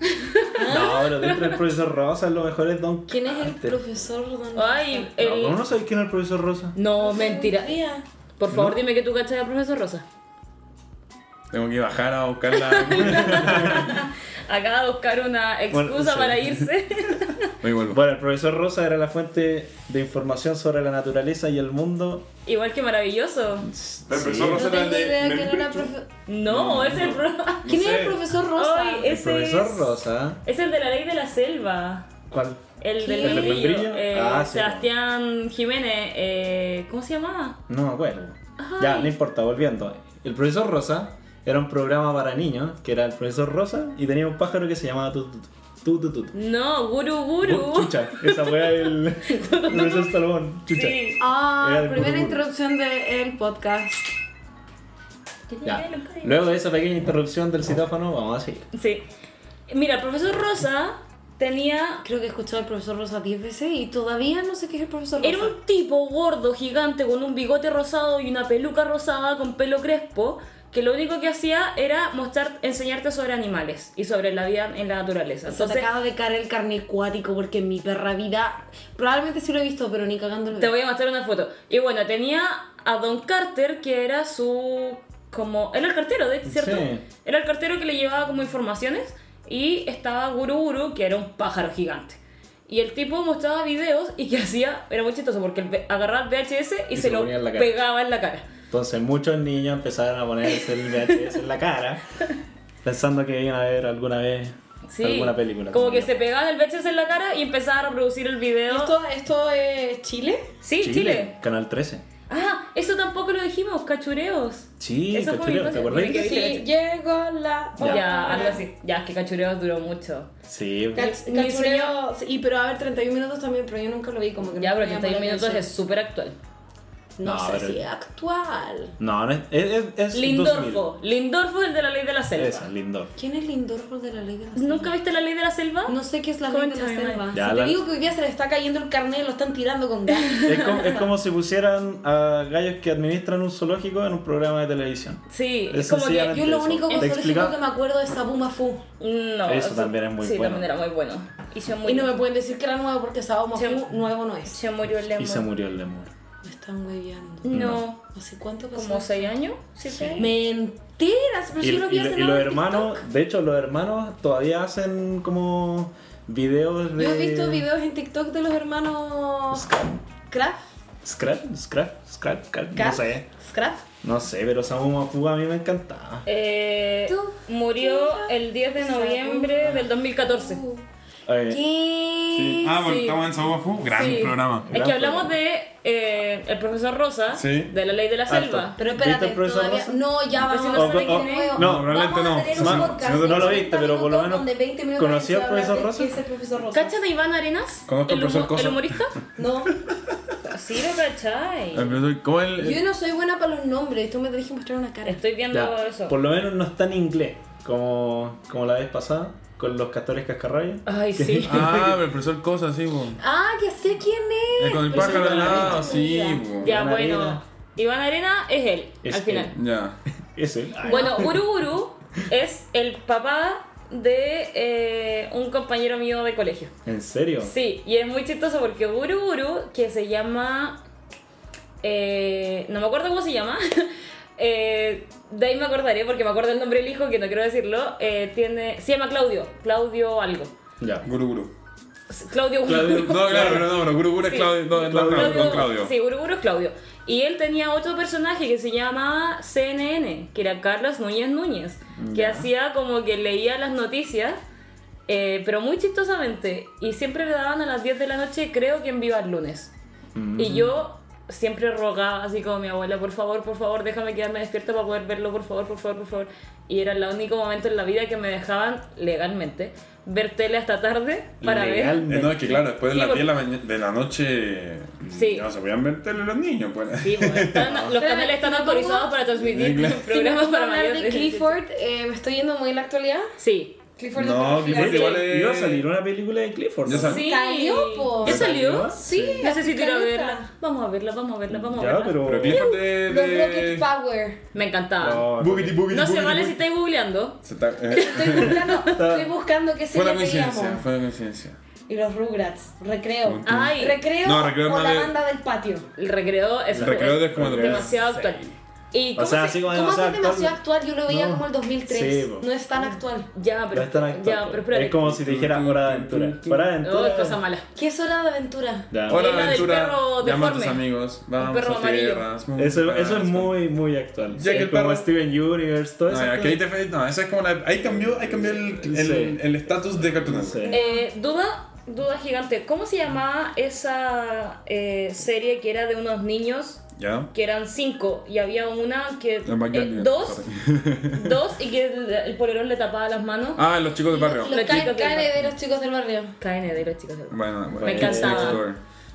[SPEAKER 2] Ah.
[SPEAKER 1] No, pero dentro del profesor Rosa lo mejor es Don
[SPEAKER 3] ¿quién es el
[SPEAKER 1] Carter.
[SPEAKER 3] profesor? Don
[SPEAKER 2] Ay, eh,
[SPEAKER 1] No,
[SPEAKER 2] el...
[SPEAKER 1] ¿Cómo no sabéis quién es el profesor Rosa?
[SPEAKER 2] No, mentira.
[SPEAKER 3] Día.
[SPEAKER 2] Por favor, dime que tú cachas al profesor Rosa.
[SPEAKER 4] Tengo que bajar a buscarla.
[SPEAKER 2] Acaba de buscar una excusa
[SPEAKER 1] Bueno, sí.
[SPEAKER 2] para irse.
[SPEAKER 4] Me vuelvo.
[SPEAKER 1] Bueno, el profesor Rosa era la fuente de información sobre la naturaleza y el mundo.
[SPEAKER 2] Igual que maravilloso.
[SPEAKER 4] El
[SPEAKER 1] Sí.
[SPEAKER 4] profesor Rosa
[SPEAKER 3] No
[SPEAKER 4] era
[SPEAKER 3] tengo
[SPEAKER 4] el de.
[SPEAKER 3] idea
[SPEAKER 4] Mempechu.
[SPEAKER 3] quién era el profe-
[SPEAKER 2] No, es el pro...
[SPEAKER 3] ¿Quién
[SPEAKER 4] No
[SPEAKER 3] era el
[SPEAKER 4] sé.
[SPEAKER 3] profesor Rosa?
[SPEAKER 2] Ay,
[SPEAKER 1] El
[SPEAKER 2] ese
[SPEAKER 1] profesor
[SPEAKER 2] es...
[SPEAKER 1] Rosa.
[SPEAKER 2] Es el de la ley de la selva.
[SPEAKER 1] ¿Cuál?
[SPEAKER 2] El del
[SPEAKER 3] ¿Qué? ¿El del
[SPEAKER 2] membrillo.
[SPEAKER 1] membrillo?
[SPEAKER 2] Eh,
[SPEAKER 1] Ah, sí.
[SPEAKER 2] Sebastián Jiménez. eh, ¿Cómo se llamaba?
[SPEAKER 1] No me acuerdo.
[SPEAKER 2] Ay.
[SPEAKER 1] Ya, no importa, volviendo. El profesor Rosa era un programa para niños, que era el profesor Rosa, y tenía un pájaro que se llamaba Tututut. Tututut.
[SPEAKER 2] No, Guru Guru.
[SPEAKER 1] Oh, Chucha, esa fue el, el profesor Salomón. Chucha.
[SPEAKER 2] Sí.
[SPEAKER 1] Era
[SPEAKER 3] Ah,
[SPEAKER 1] el
[SPEAKER 3] primera
[SPEAKER 1] Buruburu.
[SPEAKER 3] introducción del podcast.
[SPEAKER 1] Ya. Luego de esa pequeña interrupción
[SPEAKER 2] Oh.
[SPEAKER 1] del citófono, vamos a seguir.
[SPEAKER 2] Sí. Mira, el profesor Rosa tenía
[SPEAKER 3] Creo que he escuchado al profesor Rosa 10 veces y todavía no sé qué es el profesor Rosa.
[SPEAKER 2] Era un tipo gordo, gigante, con un bigote rosado y una peluca rosada con pelo crespo, que lo único que hacía era mostrar, enseñarte sobre animales y sobre la vida en la naturaleza.
[SPEAKER 3] Se te
[SPEAKER 2] Entonces,
[SPEAKER 3] acaba de caer el carne acuático porque en mi perra vida. Probablemente sí lo he visto, pero ni cagándolo.
[SPEAKER 2] te voy a mostrar una foto. Y bueno, tenía a Don Carter, que era su... como... Era el cartero, de hecho, ¿cierto?
[SPEAKER 1] Sí.
[SPEAKER 2] Era el cartero que le llevaba como informaciones y estaba Guru Guru, que era un pájaro gigante. Y el tipo mostraba videos y que hacía, era muy chistoso porque él ve- agarraba el VHS y,
[SPEAKER 1] Y
[SPEAKER 2] se,
[SPEAKER 1] se lo
[SPEAKER 2] lo
[SPEAKER 1] ponía en la cara.
[SPEAKER 2] pegaba en la cara.
[SPEAKER 1] Entonces muchos niños empezaron a ponerse el VHS en la cara, pensando que iban a ver alguna vez
[SPEAKER 2] Sí,
[SPEAKER 1] alguna película.
[SPEAKER 2] Como que
[SPEAKER 1] yo.
[SPEAKER 2] se pegaba el VHS en la cara y empezaba a reproducir el video.
[SPEAKER 3] ¿Esto, ¿Esto es Chile?
[SPEAKER 2] Sí, Chile.
[SPEAKER 1] Canal 13.
[SPEAKER 2] Ah, eso tampoco lo dijimos, cachureos.
[SPEAKER 1] Sí,
[SPEAKER 2] Eso fue
[SPEAKER 1] cachureo,
[SPEAKER 2] mi
[SPEAKER 1] ¿te
[SPEAKER 2] cosa.
[SPEAKER 1] acordás?
[SPEAKER 2] Mira que-
[SPEAKER 3] Sí, llegó la.
[SPEAKER 1] Ya.
[SPEAKER 2] Ya,
[SPEAKER 3] hora.
[SPEAKER 2] algo así. Ya, es que cachureos duró mucho.
[SPEAKER 1] Sí,
[SPEAKER 3] Cach-
[SPEAKER 2] Ni
[SPEAKER 3] Cachureo. Y pero a ver, 31 minutos también, pero yo nunca lo vi como que.
[SPEAKER 2] Ya,
[SPEAKER 3] no
[SPEAKER 2] pero
[SPEAKER 3] me llamó
[SPEAKER 2] 31
[SPEAKER 3] la
[SPEAKER 2] minutos es
[SPEAKER 3] atención.
[SPEAKER 2] súper actual.
[SPEAKER 3] No,
[SPEAKER 1] No,
[SPEAKER 3] sé
[SPEAKER 1] pero-
[SPEAKER 3] si es actual.
[SPEAKER 1] no, no es, es, es
[SPEAKER 2] Lindorfo. Lindorfo es el de la ley de la
[SPEAKER 1] 2000.
[SPEAKER 2] selva.
[SPEAKER 1] Eso, Lindorfo.
[SPEAKER 3] ¿Quién es Lindorfo de la ley de la selva?
[SPEAKER 2] ¿Nunca viste la ley de la selva?
[SPEAKER 3] No sé qué es la ley de
[SPEAKER 2] Concha
[SPEAKER 3] la
[SPEAKER 2] mi
[SPEAKER 3] selva.
[SPEAKER 2] madre.
[SPEAKER 1] Ya,
[SPEAKER 3] Si
[SPEAKER 1] la-
[SPEAKER 3] te digo que hoy día se le está cayendo el carnet y lo están tirando con gas.
[SPEAKER 1] Es como, es como si pusieran a gallos que administran un zoológico en un programa de televisión.
[SPEAKER 2] Sí,
[SPEAKER 1] Es
[SPEAKER 2] es como que.
[SPEAKER 1] sencillamente-
[SPEAKER 3] Yo lo único
[SPEAKER 1] ¿Te
[SPEAKER 3] con
[SPEAKER 1] explica?
[SPEAKER 3] zoológico que me acuerdo es Sabuma Fu.
[SPEAKER 2] No.
[SPEAKER 1] Eso también es muy
[SPEAKER 2] sí,
[SPEAKER 1] bueno.
[SPEAKER 2] también era muy bueno. Y se
[SPEAKER 3] Y
[SPEAKER 2] murió.
[SPEAKER 3] no me pueden decir que era nuevo porque Sabuma
[SPEAKER 2] Se-
[SPEAKER 3] Fu nuevo no es.
[SPEAKER 2] Se murió el
[SPEAKER 1] Y
[SPEAKER 2] lemur.
[SPEAKER 1] se murió el lemur.
[SPEAKER 3] Me están hueveando.
[SPEAKER 2] No.
[SPEAKER 3] Mm. ¿Hace cuánto pasó?
[SPEAKER 2] ¿Como 6 años? ¿7 años?
[SPEAKER 3] Mentiras, pero
[SPEAKER 1] Y,
[SPEAKER 3] yo lo vi
[SPEAKER 1] y-
[SPEAKER 3] hace
[SPEAKER 1] y
[SPEAKER 3] nada
[SPEAKER 1] los
[SPEAKER 3] en
[SPEAKER 1] hermanos, de hecho, los hermanos todavía hacen como videos
[SPEAKER 3] TikTok.
[SPEAKER 1] de.
[SPEAKER 3] Yo he visto videos en TikTok de los hermanos Kraft.
[SPEAKER 1] Scrap, Scrap, Scrap, Scrap, no
[SPEAKER 3] Kraft,
[SPEAKER 1] sé.
[SPEAKER 3] Kraft.
[SPEAKER 1] No sé, pero Samu Mafu a mí me encantaba.
[SPEAKER 2] Eh,
[SPEAKER 3] Tú,
[SPEAKER 2] murió el 10 de
[SPEAKER 3] Esa
[SPEAKER 2] noviembre del 2014.
[SPEAKER 1] Eh,
[SPEAKER 3] Uh, ¿Qué?
[SPEAKER 4] Sí. Ah, bueno,
[SPEAKER 2] Sí.
[SPEAKER 4] estamos en Sabuafu. Gran
[SPEAKER 2] Sí.
[SPEAKER 4] programa.
[SPEAKER 2] Es
[SPEAKER 1] Gran
[SPEAKER 2] que hablamos
[SPEAKER 1] programa.
[SPEAKER 2] de eh, el profesor Rosa,
[SPEAKER 4] Sí.
[SPEAKER 2] de la ley de la
[SPEAKER 1] Alto.
[SPEAKER 2] selva.
[SPEAKER 3] Pero
[SPEAKER 1] ¿Viste
[SPEAKER 3] espérate,
[SPEAKER 1] el profesor
[SPEAKER 3] todavía.
[SPEAKER 1] Rosa?
[SPEAKER 3] No, ya
[SPEAKER 2] Pues si
[SPEAKER 3] vamos.
[SPEAKER 2] no
[SPEAKER 3] a
[SPEAKER 2] sabe
[SPEAKER 1] O- o-
[SPEAKER 2] quién es.
[SPEAKER 1] No,
[SPEAKER 4] probablemente no.
[SPEAKER 1] Man, si no
[SPEAKER 3] no
[SPEAKER 1] lo viste, pero por lo menos conocí al profesor Rosa.
[SPEAKER 3] ¿Qué es el profesor Rosa?
[SPEAKER 2] ¿Cacha de Iván Arenas?
[SPEAKER 4] Conozco al
[SPEAKER 2] el,
[SPEAKER 4] profesor
[SPEAKER 2] humo-
[SPEAKER 4] Cosa.
[SPEAKER 2] el humorista?
[SPEAKER 3] No,
[SPEAKER 2] sí, lo cachai.
[SPEAKER 4] El profesor- ¿Cómo el.?
[SPEAKER 3] yo no soy buena para los nombres. Tú me tenés que mostrar una cara.
[SPEAKER 2] Estoy viendo
[SPEAKER 1] ya,
[SPEAKER 2] eso.
[SPEAKER 1] por lo menos no está en inglés, como, como la vez pasada, con los castores cascarrabias.
[SPEAKER 2] Ay, sí.
[SPEAKER 4] Ah, pero el profesor Cosa, sí, po.
[SPEAKER 3] Ah, ya sé quién
[SPEAKER 4] Eh,
[SPEAKER 3] es.
[SPEAKER 4] Con el
[SPEAKER 1] Pero
[SPEAKER 4] pájaro
[SPEAKER 1] sí,
[SPEAKER 4] al lado,
[SPEAKER 1] la
[SPEAKER 4] sí, po.
[SPEAKER 2] ya,
[SPEAKER 1] Iván
[SPEAKER 2] bueno.
[SPEAKER 1] Arenas.
[SPEAKER 2] Iván Arenas es él,
[SPEAKER 1] Es
[SPEAKER 2] al final.
[SPEAKER 1] él.
[SPEAKER 4] Ya.
[SPEAKER 1] Ese. Ay,
[SPEAKER 2] Bueno, Uru Uru es el papá de eh, un compañero mío de colegio.
[SPEAKER 1] ¿En serio?
[SPEAKER 2] Sí, y es muy chistoso porque Buru Buru, que se llama. eh, no me acuerdo cómo se llama. eh, de ahí me acordaré porque me acuerdo el nombre del hijo, que no quiero decirlo. eh, tiene, se llama Claudio. Claudio algo.
[SPEAKER 1] Ya.
[SPEAKER 4] Guru Guru.
[SPEAKER 2] Claudio Buru.
[SPEAKER 1] Claudio-
[SPEAKER 4] No, claro, pero no, pero Guru Guru es
[SPEAKER 2] Sí.
[SPEAKER 4] Claudio. No, no,
[SPEAKER 1] Claudio.
[SPEAKER 4] Claudio, no, Claudio.
[SPEAKER 2] Sí, Buru Buru es Claudio. Y él tenía otro personaje que se llamaba CNN, que era Carlos Núñez Núñez, que hacía como que leía las noticias, eh, pero muy chistosamente. Y siempre le daban a las 10 de la noche, creo que en Viva el Lunes.
[SPEAKER 1] Mm.
[SPEAKER 2] Y yo siempre rogaba así como mi abuela, por favor, por favor, déjame quedarme despierta para poder verlo, por favor, por favor, por favor. Y era el único momento en la vida que me dejaban legalmente ver tele hasta tarde para ver.
[SPEAKER 1] Legalmente.
[SPEAKER 4] Eh, no, es que claro, después de
[SPEAKER 2] Sí,
[SPEAKER 4] las
[SPEAKER 2] porque-
[SPEAKER 4] 10 de la, maña- de la noche
[SPEAKER 2] Sí.
[SPEAKER 4] ya no se podían ver tele los niños. Pues.
[SPEAKER 2] Sí, pues, están- los canales están
[SPEAKER 3] Si me
[SPEAKER 2] autorizados
[SPEAKER 3] pongo-
[SPEAKER 2] para
[SPEAKER 4] Sí,
[SPEAKER 2] transmitir
[SPEAKER 4] claro.
[SPEAKER 2] programas
[SPEAKER 3] Si me pongo a
[SPEAKER 2] para
[SPEAKER 3] hablar
[SPEAKER 2] mayores de
[SPEAKER 3] de Clifford, eh, me estoy yendo muy en la actualidad.
[SPEAKER 2] Sí.
[SPEAKER 3] Clifford
[SPEAKER 4] No,
[SPEAKER 3] de
[SPEAKER 4] Clifford
[SPEAKER 3] Perfect
[SPEAKER 4] igual
[SPEAKER 1] Y
[SPEAKER 4] es.
[SPEAKER 1] Iba a salir una película de Clifford.
[SPEAKER 4] Ya
[SPEAKER 1] ¿no?
[SPEAKER 4] sal-
[SPEAKER 2] Sí.
[SPEAKER 3] Salió, po.
[SPEAKER 2] ¿Ya salió?
[SPEAKER 3] Sí,
[SPEAKER 2] Necesito ir a
[SPEAKER 3] Africanita.
[SPEAKER 2] verla. Vamos a verla, vamos a verla, vamos a
[SPEAKER 1] Ya,
[SPEAKER 2] verla.
[SPEAKER 1] pero. Oh,
[SPEAKER 4] Pero Clifford de.
[SPEAKER 3] Los Rocket
[SPEAKER 4] de...
[SPEAKER 3] Power.
[SPEAKER 2] Me encantaba.
[SPEAKER 1] No,
[SPEAKER 4] Boogity, boogity,
[SPEAKER 2] No se
[SPEAKER 4] boogity,
[SPEAKER 2] vale si
[SPEAKER 4] boogity.
[SPEAKER 2] estáis googleando.
[SPEAKER 4] Se está- eh,
[SPEAKER 3] Estoy buscando, estoy buscando qué
[SPEAKER 4] Fue
[SPEAKER 3] serie
[SPEAKER 4] una coincidencia,
[SPEAKER 3] veíamos.
[SPEAKER 4] fue una coincidencia.
[SPEAKER 3] Y los Rugrats. Recreo.
[SPEAKER 4] Ah,
[SPEAKER 2] Ay,
[SPEAKER 3] Recreo
[SPEAKER 4] No, Recreo
[SPEAKER 3] o
[SPEAKER 4] no
[SPEAKER 3] la
[SPEAKER 4] le-
[SPEAKER 3] banda del patio.
[SPEAKER 2] el recreo es,
[SPEAKER 4] El recreo es como
[SPEAKER 2] demasiado actual.
[SPEAKER 1] O
[SPEAKER 2] ¿Y cómo
[SPEAKER 1] sea,
[SPEAKER 2] se-
[SPEAKER 1] así como
[SPEAKER 3] ¿Cómo
[SPEAKER 1] demasiado
[SPEAKER 3] es demasiado
[SPEAKER 1] actual.
[SPEAKER 3] actual? Yo lo veía
[SPEAKER 1] No.
[SPEAKER 3] como el 2003.
[SPEAKER 1] Sí, po.
[SPEAKER 3] no es tan actual.
[SPEAKER 2] Ya,
[SPEAKER 1] No
[SPEAKER 2] pero,
[SPEAKER 1] es tan actual.
[SPEAKER 2] ya, pero espérate.
[SPEAKER 1] es como si te dijera Hora de Aventura. Hora de
[SPEAKER 2] Oh,
[SPEAKER 1] Aventura.
[SPEAKER 2] es cosa mala.
[SPEAKER 3] ¿Qué es hora de aventura?
[SPEAKER 1] Ya.
[SPEAKER 4] Hola,
[SPEAKER 2] la del
[SPEAKER 4] aventura.
[SPEAKER 2] perro
[SPEAKER 4] Llama a tus
[SPEAKER 2] deforme.
[SPEAKER 4] amigos. Vamos
[SPEAKER 2] perro
[SPEAKER 4] a
[SPEAKER 2] amarillo.
[SPEAKER 4] tierras.
[SPEAKER 1] Eso,
[SPEAKER 4] mundanas,
[SPEAKER 1] eso es muy, muy actual.
[SPEAKER 4] Ya que
[SPEAKER 1] Es
[SPEAKER 4] el
[SPEAKER 1] como
[SPEAKER 4] perro-
[SPEAKER 1] Steven Universe, todo
[SPEAKER 4] No,
[SPEAKER 1] eso.
[SPEAKER 4] ya, que ahí te fe- no, esa es como la. Ahí cambió, ahí cambió el el-
[SPEAKER 1] Sí.
[SPEAKER 4] el estatus de Cartoon Network.
[SPEAKER 1] Sí.
[SPEAKER 2] Eh, duda, duda gigante. ¿Cómo se llamaba esa eh, serie que era de unos niños
[SPEAKER 4] ¿Ya?
[SPEAKER 2] que eran cinco y había una que
[SPEAKER 4] El Mac
[SPEAKER 2] eh,
[SPEAKER 4] Daddy.
[SPEAKER 2] dos, dos y que el, el polerón le tapaba las manos?
[SPEAKER 4] Ah, los chicos del barrio.
[SPEAKER 3] Los
[SPEAKER 2] Los chicos del
[SPEAKER 3] KND, los chicos del barrio.
[SPEAKER 2] KND, los chicos. del-
[SPEAKER 4] Bueno, bueno. eh,
[SPEAKER 2] Me encantaba.
[SPEAKER 4] Next door.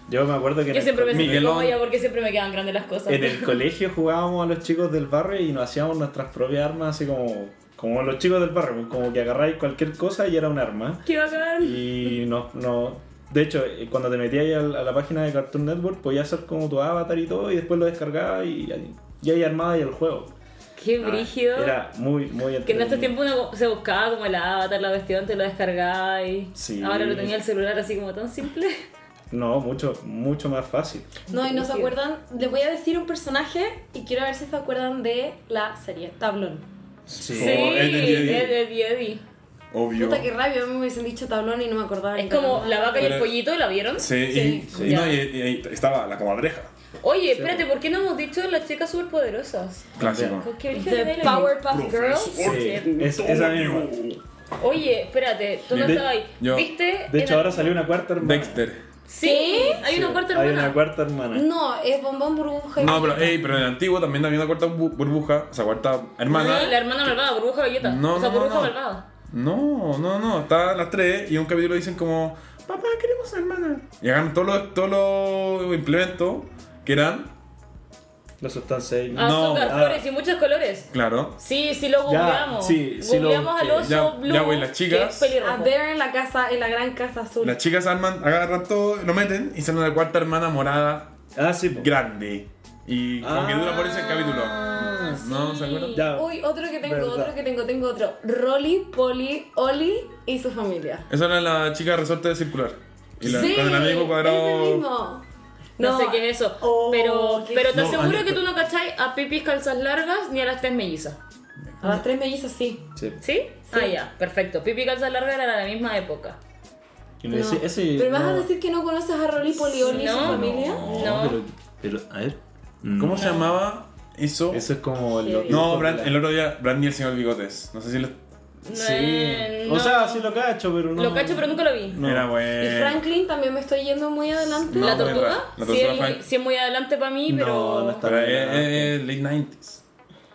[SPEAKER 1] Yo me acuerdo que en
[SPEAKER 2] Yo
[SPEAKER 1] el
[SPEAKER 2] siempre
[SPEAKER 1] co-
[SPEAKER 2] me sentí
[SPEAKER 4] Miguelón.
[SPEAKER 2] como ella porque siempre me quedan grandes las cosas.
[SPEAKER 1] en el colegio jugábamos a los chicos del barrio y nos hacíamos nuestras propias armas, así como, como los chicos del barrio, como que agarráis cualquier cosa y era un arma.
[SPEAKER 2] ¡Qué bacán!
[SPEAKER 1] Y no, no, de hecho, eh, cuando te metías a la, a la página de Cartoon Network, podías hacer como tu avatar y todo, y después lo descargabas y, y ahí armabas el juego.
[SPEAKER 2] ¡Qué brígido!
[SPEAKER 1] Ah, Era muy, muy
[SPEAKER 2] Que en este estos
[SPEAKER 1] entretenido.
[SPEAKER 2] tiempos uno se buscaba como el avatar, la vestida, te lo descargaba y
[SPEAKER 1] Sí.
[SPEAKER 2] ahora lo tenía el celular así como tan simple.
[SPEAKER 1] No, mucho, mucho más fácil.
[SPEAKER 3] No, y no se acuerdan. Les voy a decir un personaje y quiero ver si se acuerdan de la serie. Tablón.
[SPEAKER 2] Sí,
[SPEAKER 4] Como Ed, Ed y Eddy.
[SPEAKER 2] Ed, Ed y Eddy.
[SPEAKER 4] Obvio.
[SPEAKER 3] Puta que rabia, a mí me hubiesen dicho tablón y no me acordaba.
[SPEAKER 2] Es
[SPEAKER 3] ni
[SPEAKER 2] como
[SPEAKER 3] nada.
[SPEAKER 2] la vaca y el
[SPEAKER 4] Pero-
[SPEAKER 2] pollito, ¿la vieron?
[SPEAKER 4] Sí, y-
[SPEAKER 3] Sí,
[SPEAKER 4] y,
[SPEAKER 2] ya.
[SPEAKER 4] no, y, y- y estaba la comadreja.
[SPEAKER 2] Oye, espérate, ¿por qué no hemos dicho las chicas superpoderosas?
[SPEAKER 4] Clásico.
[SPEAKER 2] Pues qué brígido
[SPEAKER 3] The
[SPEAKER 2] que
[SPEAKER 3] Powerpuff Girls.
[SPEAKER 4] Profesor
[SPEAKER 1] Sí, es-
[SPEAKER 4] Antonio.
[SPEAKER 1] esa misma.
[SPEAKER 2] Oye, espérate, tú no
[SPEAKER 1] De-
[SPEAKER 2] estabas ahí.
[SPEAKER 4] yo-
[SPEAKER 2] ¿Viste?
[SPEAKER 1] De hecho,
[SPEAKER 2] En-
[SPEAKER 1] ahora salió una cuarta hermana.
[SPEAKER 4] Dexter.
[SPEAKER 2] Sí, hay una cuarta
[SPEAKER 1] Hay
[SPEAKER 2] hermana.
[SPEAKER 1] una cuarta hermana.
[SPEAKER 3] No, es bombón burbuja. y-
[SPEAKER 4] No, pero, ey, pero en el antiguo también había una cuarta bu- burbuja, o sea, cuarta hermana.
[SPEAKER 2] Sí, la hermana malvada, burbuja galleta.
[SPEAKER 4] No,
[SPEAKER 2] o sea,
[SPEAKER 4] no, no,
[SPEAKER 2] burbuja
[SPEAKER 4] no.
[SPEAKER 2] malvada.
[SPEAKER 4] No, no, no, estaban las tres y en un capítulo dicen como, papá, queremos a hermana. Y agarran todos los, todos los implementos que eran,
[SPEAKER 1] Los sustancias. ahí.
[SPEAKER 4] No,
[SPEAKER 2] Azúcar,
[SPEAKER 1] ah.
[SPEAKER 2] flores y muchos colores.
[SPEAKER 4] claro.
[SPEAKER 2] Sí, sí lo googleamos.
[SPEAKER 1] sí, sí lo
[SPEAKER 2] googleamos al
[SPEAKER 1] busqué.
[SPEAKER 2] oso
[SPEAKER 4] Ya-
[SPEAKER 2] blue.
[SPEAKER 4] ya voy, las chicas.
[SPEAKER 2] que es pelirrojo.
[SPEAKER 3] A ver Ah, en la casa, en la gran casa azul.
[SPEAKER 4] Las chicas arman, agarran todo, lo meten y salen la cuarta hermana morada
[SPEAKER 1] Ah, sí. po.
[SPEAKER 4] grande. Y como que dura por ese capítulo.
[SPEAKER 3] Ah,
[SPEAKER 4] No, ¿se acuerdan?
[SPEAKER 1] Ya.
[SPEAKER 3] Uy, otro que tengo,
[SPEAKER 1] Verdad.
[SPEAKER 3] otro que tengo, tengo otro. Rolly, Polly, Oli y su familia.
[SPEAKER 4] Esa era la chica resorte de circular. Y la-
[SPEAKER 3] sí,
[SPEAKER 4] con el amigo
[SPEAKER 3] Ese
[SPEAKER 4] cuadrado.
[SPEAKER 3] mismo.
[SPEAKER 2] No, sé qué es eso.
[SPEAKER 3] Oh,
[SPEAKER 2] pero,
[SPEAKER 3] qué-
[SPEAKER 2] pero te
[SPEAKER 4] No,
[SPEAKER 2] aseguro
[SPEAKER 4] Ani,
[SPEAKER 2] que tú
[SPEAKER 4] pero-
[SPEAKER 2] no cacháis a pipis calzas largas ni a las tres mellizas.
[SPEAKER 3] A las tres mellizas sí.
[SPEAKER 1] Sí.
[SPEAKER 2] ¿Sí? Ah, ya, perfecto. Pipi calzas largas era de la misma época.
[SPEAKER 1] Y me
[SPEAKER 3] No.
[SPEAKER 1] dice, ese-
[SPEAKER 3] pero vas a
[SPEAKER 1] no,
[SPEAKER 3] decir que no conoces a Rolly, Polly, Oli y su
[SPEAKER 2] No.
[SPEAKER 3] familia.
[SPEAKER 1] No,
[SPEAKER 2] No.
[SPEAKER 1] Pero, pero, a ver.
[SPEAKER 4] ¿Cómo se llamaba mm, eso?
[SPEAKER 1] Eso es como. el-
[SPEAKER 3] Heavy.
[SPEAKER 4] No, Brand- el otro día, Brandy el señor Bigotes. No sé si lo.
[SPEAKER 1] Sí.
[SPEAKER 2] No.
[SPEAKER 1] O sea, sí lo cacho, pero no.
[SPEAKER 2] Lo cacho, pero nunca lo vi.
[SPEAKER 1] No.
[SPEAKER 4] Era
[SPEAKER 3] Y
[SPEAKER 4] bueno.
[SPEAKER 3] Franklin también me estoy yendo muy adelante.
[SPEAKER 4] No,
[SPEAKER 2] ¿La
[SPEAKER 4] pero
[SPEAKER 2] tortuga?
[SPEAKER 4] la- la
[SPEAKER 2] sí,
[SPEAKER 4] tortuga
[SPEAKER 2] es
[SPEAKER 4] fue-
[SPEAKER 2] muy, sí es muy adelante para mí,
[SPEAKER 1] No,
[SPEAKER 2] pero.
[SPEAKER 1] no está-
[SPEAKER 4] Pero eh, eh, eh, late 90s.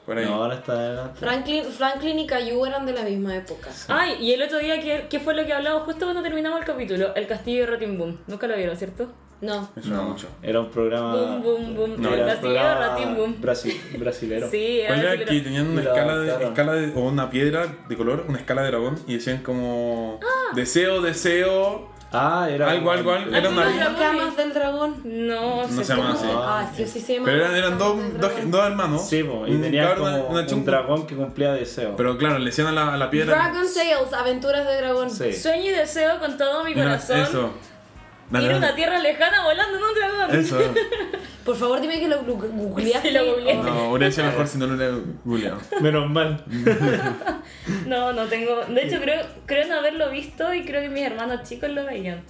[SPEAKER 4] Por ahí.
[SPEAKER 1] No, ahora está adelante.
[SPEAKER 3] Franklin, Franklin y Caillou eran de la misma época.
[SPEAKER 2] Ay, y el otro día, ¿qué, qué fue lo que hablamos justo cuando terminamos el capítulo? El castillo de Rotimboom. Nunca lo vieron, ¿cierto?
[SPEAKER 3] No.
[SPEAKER 4] Me suena mucho.
[SPEAKER 1] Era un programa.
[SPEAKER 2] Boom, boom, boom.
[SPEAKER 1] No,
[SPEAKER 2] El
[SPEAKER 1] era un
[SPEAKER 2] castillo de
[SPEAKER 1] programa
[SPEAKER 2] Ratín Boom.
[SPEAKER 1] brasi- brasilero.
[SPEAKER 2] Sí,
[SPEAKER 4] ¿Cuál
[SPEAKER 2] ahora
[SPEAKER 4] era
[SPEAKER 2] sí
[SPEAKER 4] que
[SPEAKER 2] lo-
[SPEAKER 4] Pues tenían una
[SPEAKER 1] Mira,
[SPEAKER 4] escala, de,
[SPEAKER 1] claro.
[SPEAKER 4] escala de- o una piedra de color, una escala de dragón, y decían como
[SPEAKER 3] Ah.
[SPEAKER 4] deseo, deseo,
[SPEAKER 1] Ah, era.
[SPEAKER 4] algo, algo, algo. Era
[SPEAKER 2] Algunos
[SPEAKER 4] una,
[SPEAKER 2] dragones.
[SPEAKER 3] Camas del dragón.
[SPEAKER 2] No,
[SPEAKER 4] No se llama así.
[SPEAKER 3] Ah, sí, sí, se llama.
[SPEAKER 4] pero eran, eran dos, dos, dos hermanos.
[SPEAKER 1] Sí, po, y
[SPEAKER 4] Un
[SPEAKER 1] tenía
[SPEAKER 4] cabrón,
[SPEAKER 1] como
[SPEAKER 4] Mm, una
[SPEAKER 1] un
[SPEAKER 4] chunga.
[SPEAKER 1] dragón que cumplía deseos.
[SPEAKER 4] Pero claro, le decían a la, a la piedra.
[SPEAKER 3] Dragon Tales, aventuras de dragón.
[SPEAKER 1] Sí.
[SPEAKER 2] Sueño y deseo con todo mi
[SPEAKER 4] Una-
[SPEAKER 2] corazón.
[SPEAKER 4] Eso. Dale,
[SPEAKER 2] Ir a una
[SPEAKER 4] dale.
[SPEAKER 2] tierra lejana volando en un dragón.
[SPEAKER 4] Eso.
[SPEAKER 3] Por favor, dime que lo glu- googleaste.
[SPEAKER 2] Sí, lo googleé.
[SPEAKER 3] Ah,
[SPEAKER 4] No, hubiera sido mejor si no lo hubiera googleado.
[SPEAKER 1] Menos mal.
[SPEAKER 4] Mm,
[SPEAKER 2] No, no tengo. De hecho, creo, creo no haberlo visto y creo que mis hermanos chicos lo veían.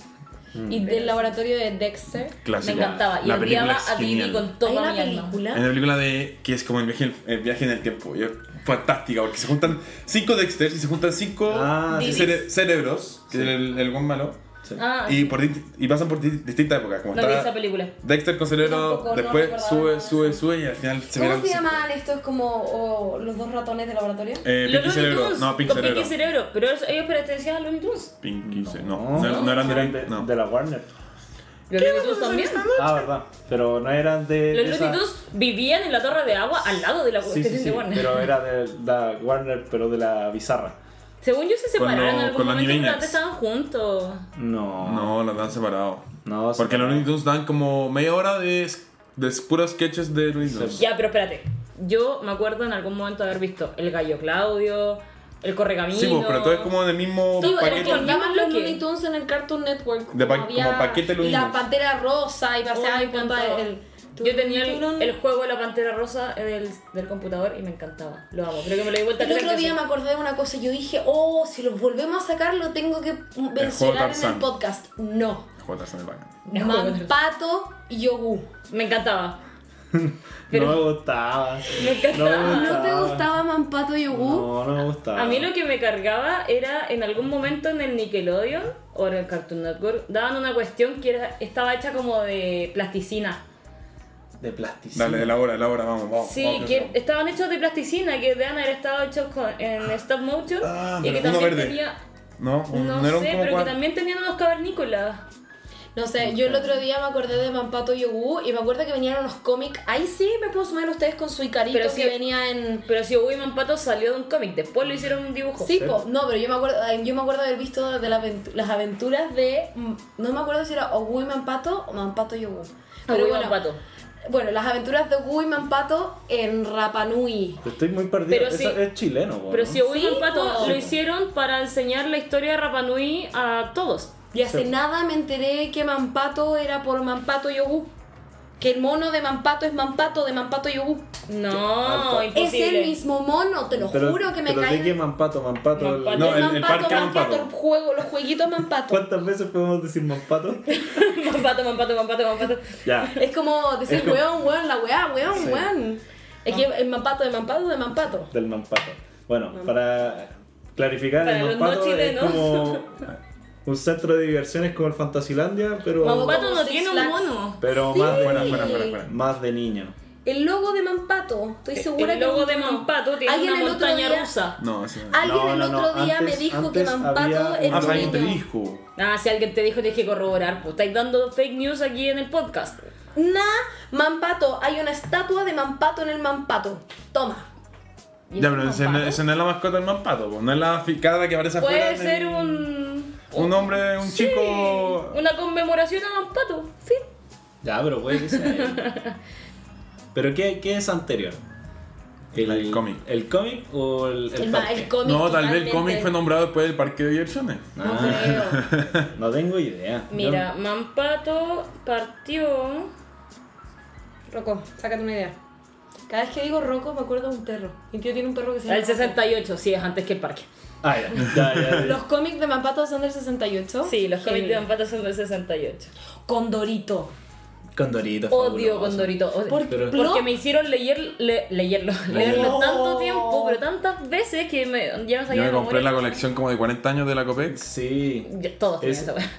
[SPEAKER 3] Y del laboratorio de Dexter.
[SPEAKER 4] Clásico.
[SPEAKER 2] Me encantaba. Y
[SPEAKER 4] La película
[SPEAKER 2] odiaba
[SPEAKER 4] es
[SPEAKER 2] a Didi
[SPEAKER 4] genial.
[SPEAKER 2] con
[SPEAKER 3] Hay
[SPEAKER 2] toda
[SPEAKER 3] una
[SPEAKER 2] mi alma.
[SPEAKER 4] Hay
[SPEAKER 3] película.
[SPEAKER 4] una película de que es como el viaje, el viaje en el tiempo. Y es fantástica porque se juntan cinco Dexters y se juntan cinco
[SPEAKER 1] Ah, sí.
[SPEAKER 4] cere- cerebros, que es el, el buen malo.
[SPEAKER 1] Sí.
[SPEAKER 2] Ah,
[SPEAKER 4] Y, por, di- y pasan por di- distintas épocas. Como
[SPEAKER 2] no vi
[SPEAKER 4] está eh,
[SPEAKER 2] esa película.
[SPEAKER 4] Dexter con
[SPEAKER 2] Yo
[SPEAKER 4] Cerebro,
[SPEAKER 2] tampoco, no
[SPEAKER 4] después
[SPEAKER 2] recordaba
[SPEAKER 4] sube,
[SPEAKER 2] nada.
[SPEAKER 4] sube, sube y al final se
[SPEAKER 3] ¿Cómo
[SPEAKER 4] mira-
[SPEAKER 3] se llamaban estos como o, los dos ratones de laboratorio?
[SPEAKER 4] Eh,
[SPEAKER 2] Los
[SPEAKER 4] Pinky
[SPEAKER 2] Looney
[SPEAKER 4] Cerebro.
[SPEAKER 2] Tunes,
[SPEAKER 4] No, Pink
[SPEAKER 2] con
[SPEAKER 4] Cerebro.
[SPEAKER 2] Pinky Cerebro. Pero eso- ellos pertenecían a Looney Tunes.
[SPEAKER 4] Pinky Cere- No, no, no eran de
[SPEAKER 1] de,
[SPEAKER 4] no.
[SPEAKER 1] de la Warner.
[SPEAKER 2] Los Looney Tunes también.
[SPEAKER 1] Ah, verdad. Pero no eran de.
[SPEAKER 4] Eh,
[SPEAKER 1] de
[SPEAKER 2] Los
[SPEAKER 1] esa-
[SPEAKER 2] Looney Tunes vivían en la torre de agua al lado de la
[SPEAKER 1] Sí, sí,
[SPEAKER 2] estación
[SPEAKER 1] sí.
[SPEAKER 2] de Warner.
[SPEAKER 1] Pero era de la Warner, pero de la bizarra.
[SPEAKER 2] Según yo se separaron
[SPEAKER 4] lo-
[SPEAKER 2] en algún
[SPEAKER 4] con los
[SPEAKER 2] momento, pero
[SPEAKER 4] Animaniacs.
[SPEAKER 2] antes estaban juntos.
[SPEAKER 1] No.
[SPEAKER 4] No, las dan separado.
[SPEAKER 1] No,
[SPEAKER 4] Porque
[SPEAKER 1] sí.
[SPEAKER 4] los Looney Tunes dan como media hora de, de puros sketches de Looney Tunes.
[SPEAKER 2] Ya, pero espérate. Yo me acuerdo en algún momento haber visto El Gallo Claudio, El Correcamino.
[SPEAKER 4] Sí, pues, pero todo es como del mismo
[SPEAKER 2] Sí, pero
[SPEAKER 4] paquete.
[SPEAKER 2] con-
[SPEAKER 3] Daban
[SPEAKER 2] ¿Qué?
[SPEAKER 3] los Looney Tunes en el Cartoon Network.
[SPEAKER 4] De pa- como paquete
[SPEAKER 3] Y
[SPEAKER 4] Looney
[SPEAKER 3] la
[SPEAKER 4] Tunes.
[SPEAKER 3] pantera rosa y paseaba
[SPEAKER 2] Ay,
[SPEAKER 3] y con todo
[SPEAKER 2] encantado.
[SPEAKER 3] el.
[SPEAKER 2] Yo tenía el,
[SPEAKER 3] Turun.
[SPEAKER 2] el juego de la pantera rosa eh, del, del computador y me encantaba. Lo amo. Creo que me lo di vuelta
[SPEAKER 3] El
[SPEAKER 2] tres
[SPEAKER 3] otro día me
[SPEAKER 2] veces.
[SPEAKER 3] acordé de una cosa, yo dije, oh, si lo volvemos a sacar lo tengo que mencionar en el
[SPEAKER 4] Tarzán.
[SPEAKER 3] podcast. No.
[SPEAKER 4] Joder, se me pagan.
[SPEAKER 2] El juego de Tarzán.
[SPEAKER 3] Mampato y Yogu.
[SPEAKER 2] Me encantaba. Pero-
[SPEAKER 1] No me gustaba.
[SPEAKER 2] Me encantaba.
[SPEAKER 1] No me
[SPEAKER 3] ¿No
[SPEAKER 4] Ah.
[SPEAKER 3] te gustaba Mampato y Yogu?
[SPEAKER 1] No, no me gustaba.
[SPEAKER 2] A mí lo que me cargaba era en algún momento en el Nickelodeon o en el Cartoon Network daban una cuestión que era, estaba hecha como de plasticina.
[SPEAKER 1] De plasticina.
[SPEAKER 4] Dale, de la hora, de la hora, vamos, vamos.
[SPEAKER 2] Sí,
[SPEAKER 4] vamos,
[SPEAKER 2] que
[SPEAKER 4] vamos.
[SPEAKER 2] estaban hechos de plasticina, que deben haber estado hechos con- en stop motion
[SPEAKER 4] Ah,
[SPEAKER 2] y que
[SPEAKER 4] pero
[SPEAKER 2] también
[SPEAKER 4] uno verde.
[SPEAKER 2] tenía
[SPEAKER 4] No, un-
[SPEAKER 2] no,
[SPEAKER 4] no era un
[SPEAKER 2] sé,
[SPEAKER 4] como
[SPEAKER 2] pero
[SPEAKER 4] cuadro.
[SPEAKER 2] que también tenían unos cavernícolas.
[SPEAKER 3] No sé, yo el otro día me acordé de Mampato y Yogu y me acuerdo que venían unos cómics. Ahí sí me puedo sumar ustedes con su Icarito
[SPEAKER 2] Pero
[SPEAKER 3] que
[SPEAKER 2] sí.
[SPEAKER 3] venía en
[SPEAKER 2] Pero si Hugo y Mampato salió de un cómic, después lo hicieron un dibujo.
[SPEAKER 3] Sí, po. no, pero yo me acuerdo, ay, yo me acuerdo haber visto de la aventu- las aventuras de, mm, no me acuerdo si era Ogu y Mampato o Mampato y Ogu. Pero
[SPEAKER 2] Hugo y
[SPEAKER 3] bueno,
[SPEAKER 2] Mampato.
[SPEAKER 3] Bueno, las aventuras de Ogu y Mampato en Rapanui.
[SPEAKER 1] Estoy muy perdido.
[SPEAKER 2] Pero
[SPEAKER 1] Esa-
[SPEAKER 2] sí.
[SPEAKER 1] Es chileno, po,
[SPEAKER 2] Pero
[SPEAKER 1] ¿no?
[SPEAKER 2] si Hugo y
[SPEAKER 3] Sí,
[SPEAKER 2] Mampato
[SPEAKER 3] po.
[SPEAKER 2] lo hicieron para enseñar la historia de Rapanui a todos.
[SPEAKER 3] Y hace
[SPEAKER 1] Sí.
[SPEAKER 3] nada me enteré que Mampato era por Mampato y Ogu. Que el mono de Mampato es Mampato de Mampato y Ogu.
[SPEAKER 2] No,
[SPEAKER 1] Sí.
[SPEAKER 3] Es
[SPEAKER 2] imposible.
[SPEAKER 3] el mismo mono, te lo
[SPEAKER 1] Pero-
[SPEAKER 3] juro que me
[SPEAKER 1] pero
[SPEAKER 3] cae.
[SPEAKER 1] ¿De qué Mampato? Mampato. el-
[SPEAKER 2] Mampato.
[SPEAKER 4] No, el- el parque
[SPEAKER 3] Mampato,
[SPEAKER 4] Mampato.
[SPEAKER 3] el juego, los jueguitos Mampato.
[SPEAKER 1] ¿Cuántas veces podemos decir Mampato?
[SPEAKER 2] Mampato, Mampato, Mampato, Mampato.
[SPEAKER 1] ya.
[SPEAKER 3] Es como decir, weón, weón, la weá, weón,
[SPEAKER 1] Sí.
[SPEAKER 3] weón. Es que el Mampato de Mampato de Mampato.
[SPEAKER 1] Del Mampato. Bueno, para clarificar,
[SPEAKER 2] Para
[SPEAKER 1] el
[SPEAKER 2] los no
[SPEAKER 1] Mampato es
[SPEAKER 2] chilenos.
[SPEAKER 1] como un centro de diversiones como el Fantasilandia, pero,
[SPEAKER 3] Mambo-
[SPEAKER 2] Mampato
[SPEAKER 3] Como
[SPEAKER 2] no
[SPEAKER 3] Six
[SPEAKER 2] tiene un
[SPEAKER 3] Flags.
[SPEAKER 2] mono.
[SPEAKER 1] pero más,
[SPEAKER 4] Ah, Fuera, fuera, fuera, fuera.
[SPEAKER 1] más de niño.
[SPEAKER 3] El logo de Mampato, estoy segura
[SPEAKER 2] el
[SPEAKER 3] que
[SPEAKER 2] logo
[SPEAKER 3] no.
[SPEAKER 2] de Mampato tiene
[SPEAKER 3] Alguien
[SPEAKER 2] una
[SPEAKER 3] el otro
[SPEAKER 2] montaña
[SPEAKER 3] día-
[SPEAKER 2] rusa.
[SPEAKER 4] No, ese
[SPEAKER 2] Ah,
[SPEAKER 4] no.
[SPEAKER 3] Alguien
[SPEAKER 1] No,
[SPEAKER 3] el
[SPEAKER 1] no, no,
[SPEAKER 3] otro día
[SPEAKER 1] antes-
[SPEAKER 3] me dijo que
[SPEAKER 1] antes
[SPEAKER 3] Mampato
[SPEAKER 1] había
[SPEAKER 3] era
[SPEAKER 4] Ah,
[SPEAKER 1] un-
[SPEAKER 3] un
[SPEAKER 4] alguien te
[SPEAKER 3] niño.
[SPEAKER 4] dijo.
[SPEAKER 2] Ah, si alguien te dijo, tienes que corroborar. Pues estáis dando fake news aquí en el podcast.
[SPEAKER 3] Nah, Mampato, hay una estatua de Mampato en el Mampato. Toma.
[SPEAKER 2] ¿Y
[SPEAKER 4] Ya,
[SPEAKER 2] ese
[SPEAKER 4] pero ese no,
[SPEAKER 2] Mampato?
[SPEAKER 4] ese no es la mascota del Mampato, pues, no es la ficada que aparece afuera.
[SPEAKER 2] Puede
[SPEAKER 4] en
[SPEAKER 2] ser
[SPEAKER 4] el-
[SPEAKER 2] un.
[SPEAKER 4] Un hombre, un
[SPEAKER 2] Sí,
[SPEAKER 4] chico.
[SPEAKER 2] Una conmemoración a Mampato. Sí.
[SPEAKER 1] Ya, pero puede que sea él. ¿Pero qué, qué es anterior?
[SPEAKER 4] El cómic.
[SPEAKER 1] ¿El cómic o el, el
[SPEAKER 3] El, ma-
[SPEAKER 1] parque?
[SPEAKER 3] el cómic.
[SPEAKER 4] No, tal vez el
[SPEAKER 3] totalmente.
[SPEAKER 4] cómic fue nombrado después del parque de diversiones.
[SPEAKER 3] No
[SPEAKER 1] Ah,
[SPEAKER 3] creo.
[SPEAKER 1] no tengo idea.
[SPEAKER 2] Mira, Mampato partió.
[SPEAKER 3] Rocco, sácate una idea. Cada vez que digo Rocco me acuerdo de un perro. Mi tío tiene un perro que se llama.
[SPEAKER 2] El 68, sí, es antes que el parque.
[SPEAKER 1] Yo- Ah, ya, ya, ya, ya.
[SPEAKER 3] Los cómics de Mampato son del 68.
[SPEAKER 2] Sí, los cómics de
[SPEAKER 3] Genial.
[SPEAKER 2] Mampato son del 68.
[SPEAKER 3] Condorito.
[SPEAKER 1] Condorito.
[SPEAKER 2] Odio
[SPEAKER 1] fabuloso.
[SPEAKER 2] Condorito. odio-
[SPEAKER 3] ¿Por
[SPEAKER 1] Pero-
[SPEAKER 3] qué?
[SPEAKER 2] Porque me hicieron leer, le- leerlo, leerlo
[SPEAKER 3] No.
[SPEAKER 2] tanto tiempo, pero tantas veces que me, ya no
[SPEAKER 4] Yo
[SPEAKER 2] sabía
[SPEAKER 4] me
[SPEAKER 2] de
[SPEAKER 4] compré la
[SPEAKER 2] memoria.
[SPEAKER 4] colección como de 40 años de la Copex.
[SPEAKER 1] Sí.
[SPEAKER 2] Ya, Todos tenían
[SPEAKER 1] Es-
[SPEAKER 2] esa wea.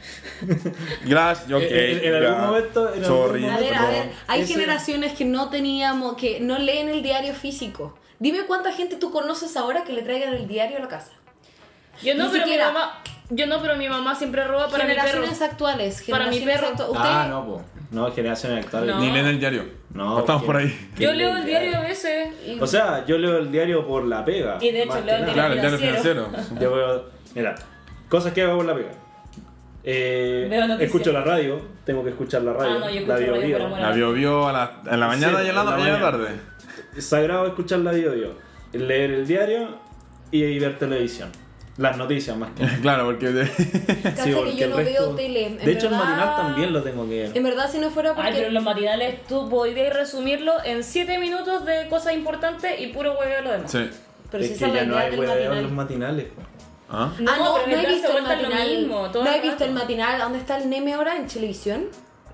[SPEAKER 4] Glass, yo ok.
[SPEAKER 1] Eh, En- en algún
[SPEAKER 4] ya.
[SPEAKER 1] momento- en algún
[SPEAKER 4] Sorry.
[SPEAKER 3] A ver, a
[SPEAKER 4] perdón.
[SPEAKER 3] ver, hay
[SPEAKER 1] Ese-
[SPEAKER 3] generaciones que no teníamos, que no leen el diario físico. Dime cuánta gente tú conoces ahora que le traigan el diario a la casa.
[SPEAKER 2] Yo no,
[SPEAKER 3] Ni
[SPEAKER 2] pero mi
[SPEAKER 3] siquiera.
[SPEAKER 2] mamá, yo no, pero mi mamá siempre roba para mi perro.
[SPEAKER 3] generaciones actuales.
[SPEAKER 2] Para mi
[SPEAKER 3] generaciones
[SPEAKER 2] perro.
[SPEAKER 3] actu- Usted,
[SPEAKER 1] Ah, no, po. No, generación actual.
[SPEAKER 2] No.
[SPEAKER 4] Ni leen el diario.
[SPEAKER 1] No,
[SPEAKER 4] No. Estamos
[SPEAKER 1] porque-
[SPEAKER 4] por ahí.
[SPEAKER 2] Yo leo el diario a veces. y-
[SPEAKER 1] O sea, yo leo el diario por la pega.
[SPEAKER 2] Y de hecho
[SPEAKER 1] más que
[SPEAKER 2] leo el
[SPEAKER 1] nada.
[SPEAKER 4] Claro, el diario
[SPEAKER 2] Financiero.
[SPEAKER 4] financiero.
[SPEAKER 1] Yo veo, mira, cosas que hago por la pega. Eh,
[SPEAKER 2] Veo noticias.
[SPEAKER 1] escucho la radio, tengo que escuchar la radio.
[SPEAKER 2] Ah, no, yo escucho
[SPEAKER 1] la
[SPEAKER 2] radio
[SPEAKER 1] Bio
[SPEAKER 2] por
[SPEAKER 1] Bio.
[SPEAKER 2] amor.
[SPEAKER 4] La vio vio a la, en la mañana
[SPEAKER 1] Sí,
[SPEAKER 4] y
[SPEAKER 1] en la
[SPEAKER 4] a la, y a la
[SPEAKER 1] mañana.
[SPEAKER 4] tarde.
[SPEAKER 1] Sagrado escuchar la radio, Bio. leer el diario y, y ver televisión. Las noticias más que nada.
[SPEAKER 4] claro, porque
[SPEAKER 3] cacha
[SPEAKER 1] Sí,
[SPEAKER 3] que
[SPEAKER 1] porque
[SPEAKER 3] yo
[SPEAKER 1] el
[SPEAKER 3] no
[SPEAKER 1] resto-
[SPEAKER 3] veo tele. en
[SPEAKER 1] De hecho, el
[SPEAKER 3] verdad-
[SPEAKER 1] matinal también lo tengo que ver.
[SPEAKER 3] En verdad, si no fuera porque. Ah,
[SPEAKER 2] Ay, pero los matinales tú podrías resumirlo en 7 minutos de cosas importantes y puro hueveo lo demás.
[SPEAKER 4] sí.
[SPEAKER 3] pero si
[SPEAKER 1] es
[SPEAKER 3] esa
[SPEAKER 1] que ya
[SPEAKER 3] es la
[SPEAKER 1] no
[SPEAKER 3] idea
[SPEAKER 1] hay
[SPEAKER 3] del
[SPEAKER 1] hueveo
[SPEAKER 3] matinal.
[SPEAKER 1] en los matinales. po.
[SPEAKER 4] ¿Ah?
[SPEAKER 2] No,
[SPEAKER 3] ah, no,
[SPEAKER 2] pero
[SPEAKER 3] no
[SPEAKER 2] en
[SPEAKER 3] he
[SPEAKER 2] el
[SPEAKER 3] visto
[SPEAKER 2] caso
[SPEAKER 3] el
[SPEAKER 2] vuelta es lo
[SPEAKER 3] matinal.
[SPEAKER 2] mismo, todo
[SPEAKER 3] no
[SPEAKER 2] el
[SPEAKER 3] he visto
[SPEAKER 2] rato.
[SPEAKER 3] el matinal. ¿Dónde está el meme ahora? ¿En televisión?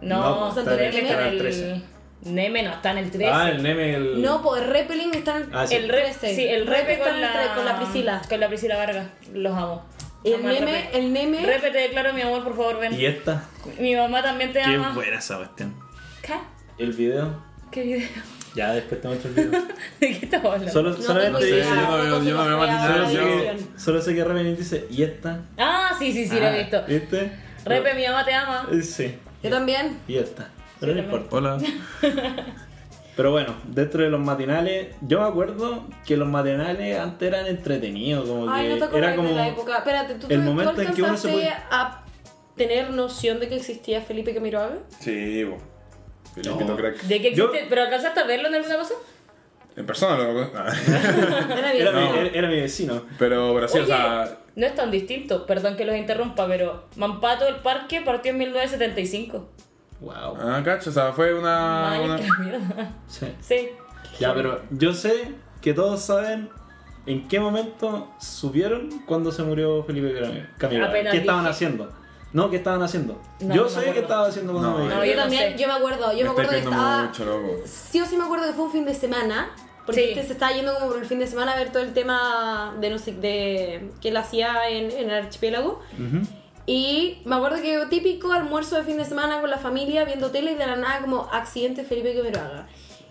[SPEAKER 1] No,
[SPEAKER 2] No,
[SPEAKER 1] pues,
[SPEAKER 2] Santo
[SPEAKER 1] está en
[SPEAKER 2] Neme
[SPEAKER 1] el
[SPEAKER 2] está en
[SPEAKER 1] canal
[SPEAKER 2] el
[SPEAKER 1] 13.
[SPEAKER 2] Neme no, está en el 13.
[SPEAKER 1] Ah, el meme. El...
[SPEAKER 3] No, pues Repeling está en el.
[SPEAKER 1] Ah, sí.
[SPEAKER 2] el rep,
[SPEAKER 3] 13.
[SPEAKER 2] sí, el
[SPEAKER 3] Repe
[SPEAKER 2] rep
[SPEAKER 3] está
[SPEAKER 2] con
[SPEAKER 3] en el
[SPEAKER 2] la,
[SPEAKER 3] tre- con la Priscila.
[SPEAKER 2] Con la Priscila Vargas, los amo.
[SPEAKER 3] Y el
[SPEAKER 2] Vamos al
[SPEAKER 3] meme,
[SPEAKER 2] repete.
[SPEAKER 3] el meme.
[SPEAKER 2] Repete, claro, mi amor, por favor, ven.
[SPEAKER 1] ¿Y esta?
[SPEAKER 2] Mi mamá también te
[SPEAKER 1] Qué
[SPEAKER 2] ama.
[SPEAKER 1] buena esa cuestión.
[SPEAKER 2] ¿Qué?
[SPEAKER 1] ¿El video?
[SPEAKER 2] ¿Qué video?
[SPEAKER 1] Ya, después te muestro el video.
[SPEAKER 2] ¿De qué estamos hablando?
[SPEAKER 1] Solo,
[SPEAKER 3] No
[SPEAKER 1] solamente-
[SPEAKER 3] tengo idea,
[SPEAKER 4] yo no veo- yo no veo
[SPEAKER 3] fue
[SPEAKER 4] más
[SPEAKER 3] ahora
[SPEAKER 1] solo,
[SPEAKER 4] dinero,
[SPEAKER 3] la
[SPEAKER 4] yo-
[SPEAKER 1] sé
[SPEAKER 3] edición.
[SPEAKER 1] que, solo sé que Revenant dice, ¿y esta?
[SPEAKER 2] Ah, sí, sí, sí, lo
[SPEAKER 1] Ah,
[SPEAKER 2] he visto.
[SPEAKER 1] ¿Viste?
[SPEAKER 2] Repe, mi mamá te ama.
[SPEAKER 1] Eh, Sí.
[SPEAKER 3] Yo también.
[SPEAKER 1] Y esta. Pero
[SPEAKER 2] Sí,
[SPEAKER 1] no
[SPEAKER 2] también.
[SPEAKER 1] importa.
[SPEAKER 4] Hola.
[SPEAKER 1] Pero bueno, dentro de los matinales, yo me acuerdo que los matinales antes eran entretenidos, como
[SPEAKER 3] Ay,
[SPEAKER 1] que
[SPEAKER 3] no te
[SPEAKER 1] era
[SPEAKER 3] acuerdas
[SPEAKER 1] como
[SPEAKER 3] de la época. Espérate, ¿tú,
[SPEAKER 1] el
[SPEAKER 3] tú- tú
[SPEAKER 1] momento en que uno se
[SPEAKER 3] alcanzaste
[SPEAKER 1] puede-
[SPEAKER 3] a tener noción de que existía Felipe Camiroaga?
[SPEAKER 4] Sí, bo. Felipe,
[SPEAKER 1] No.
[SPEAKER 4] crack.
[SPEAKER 2] ¿De qué
[SPEAKER 1] Yo-
[SPEAKER 2] existe? ¿Pero alcanzaste a verlo en alguna cosa?
[SPEAKER 4] En persona lo ah,
[SPEAKER 3] Era bien.
[SPEAKER 1] era,
[SPEAKER 4] No.
[SPEAKER 1] mi, era- era mi vecino.
[SPEAKER 4] Pero, pero sí, o
[SPEAKER 2] Oye,
[SPEAKER 4] sea.
[SPEAKER 2] No es tan distinto, perdón que los interrumpa, pero Mampato del Parque partió en 1975.
[SPEAKER 1] Wow.
[SPEAKER 4] Ah, cacho, o sea, fue
[SPEAKER 1] Ah,
[SPEAKER 4] una.
[SPEAKER 2] Ay,
[SPEAKER 4] una-
[SPEAKER 2] qué mierda.
[SPEAKER 1] Sí.
[SPEAKER 2] Sí.
[SPEAKER 1] Ya, pero yo sé que todos saben en qué momento subieron cuando se murió Felipe Cam- Camilo.
[SPEAKER 2] Apenas
[SPEAKER 1] ¿Qué estaban
[SPEAKER 2] dije.
[SPEAKER 1] haciendo? No, ¿qué estaban haciendo?
[SPEAKER 2] No,
[SPEAKER 1] yo
[SPEAKER 2] no me
[SPEAKER 1] sé qué
[SPEAKER 2] acuerdo.
[SPEAKER 1] estaba haciendo cuando
[SPEAKER 4] No, eh.
[SPEAKER 1] me
[SPEAKER 3] No,
[SPEAKER 1] dijeron.
[SPEAKER 3] yo
[SPEAKER 2] Yo no
[SPEAKER 3] también,
[SPEAKER 2] sé.
[SPEAKER 3] yo me acuerdo,
[SPEAKER 4] me
[SPEAKER 3] yo me
[SPEAKER 4] estáis
[SPEAKER 3] acuerdo que
[SPEAKER 4] viendo
[SPEAKER 3] estaba.
[SPEAKER 4] mucho, loco.
[SPEAKER 3] Sí o sí me acuerdo que fue un fin de semana. Porque
[SPEAKER 2] Sí.
[SPEAKER 3] este se estaba yendo como por el fin de semana a ver todo el tema de no sé, de que él hacía en, en el archipiélago.
[SPEAKER 1] Ujú.
[SPEAKER 3] Y me acuerdo que típico almuerzo de fin de semana con la familia viendo tele y de la nada como accidente Felipe que me lo haga.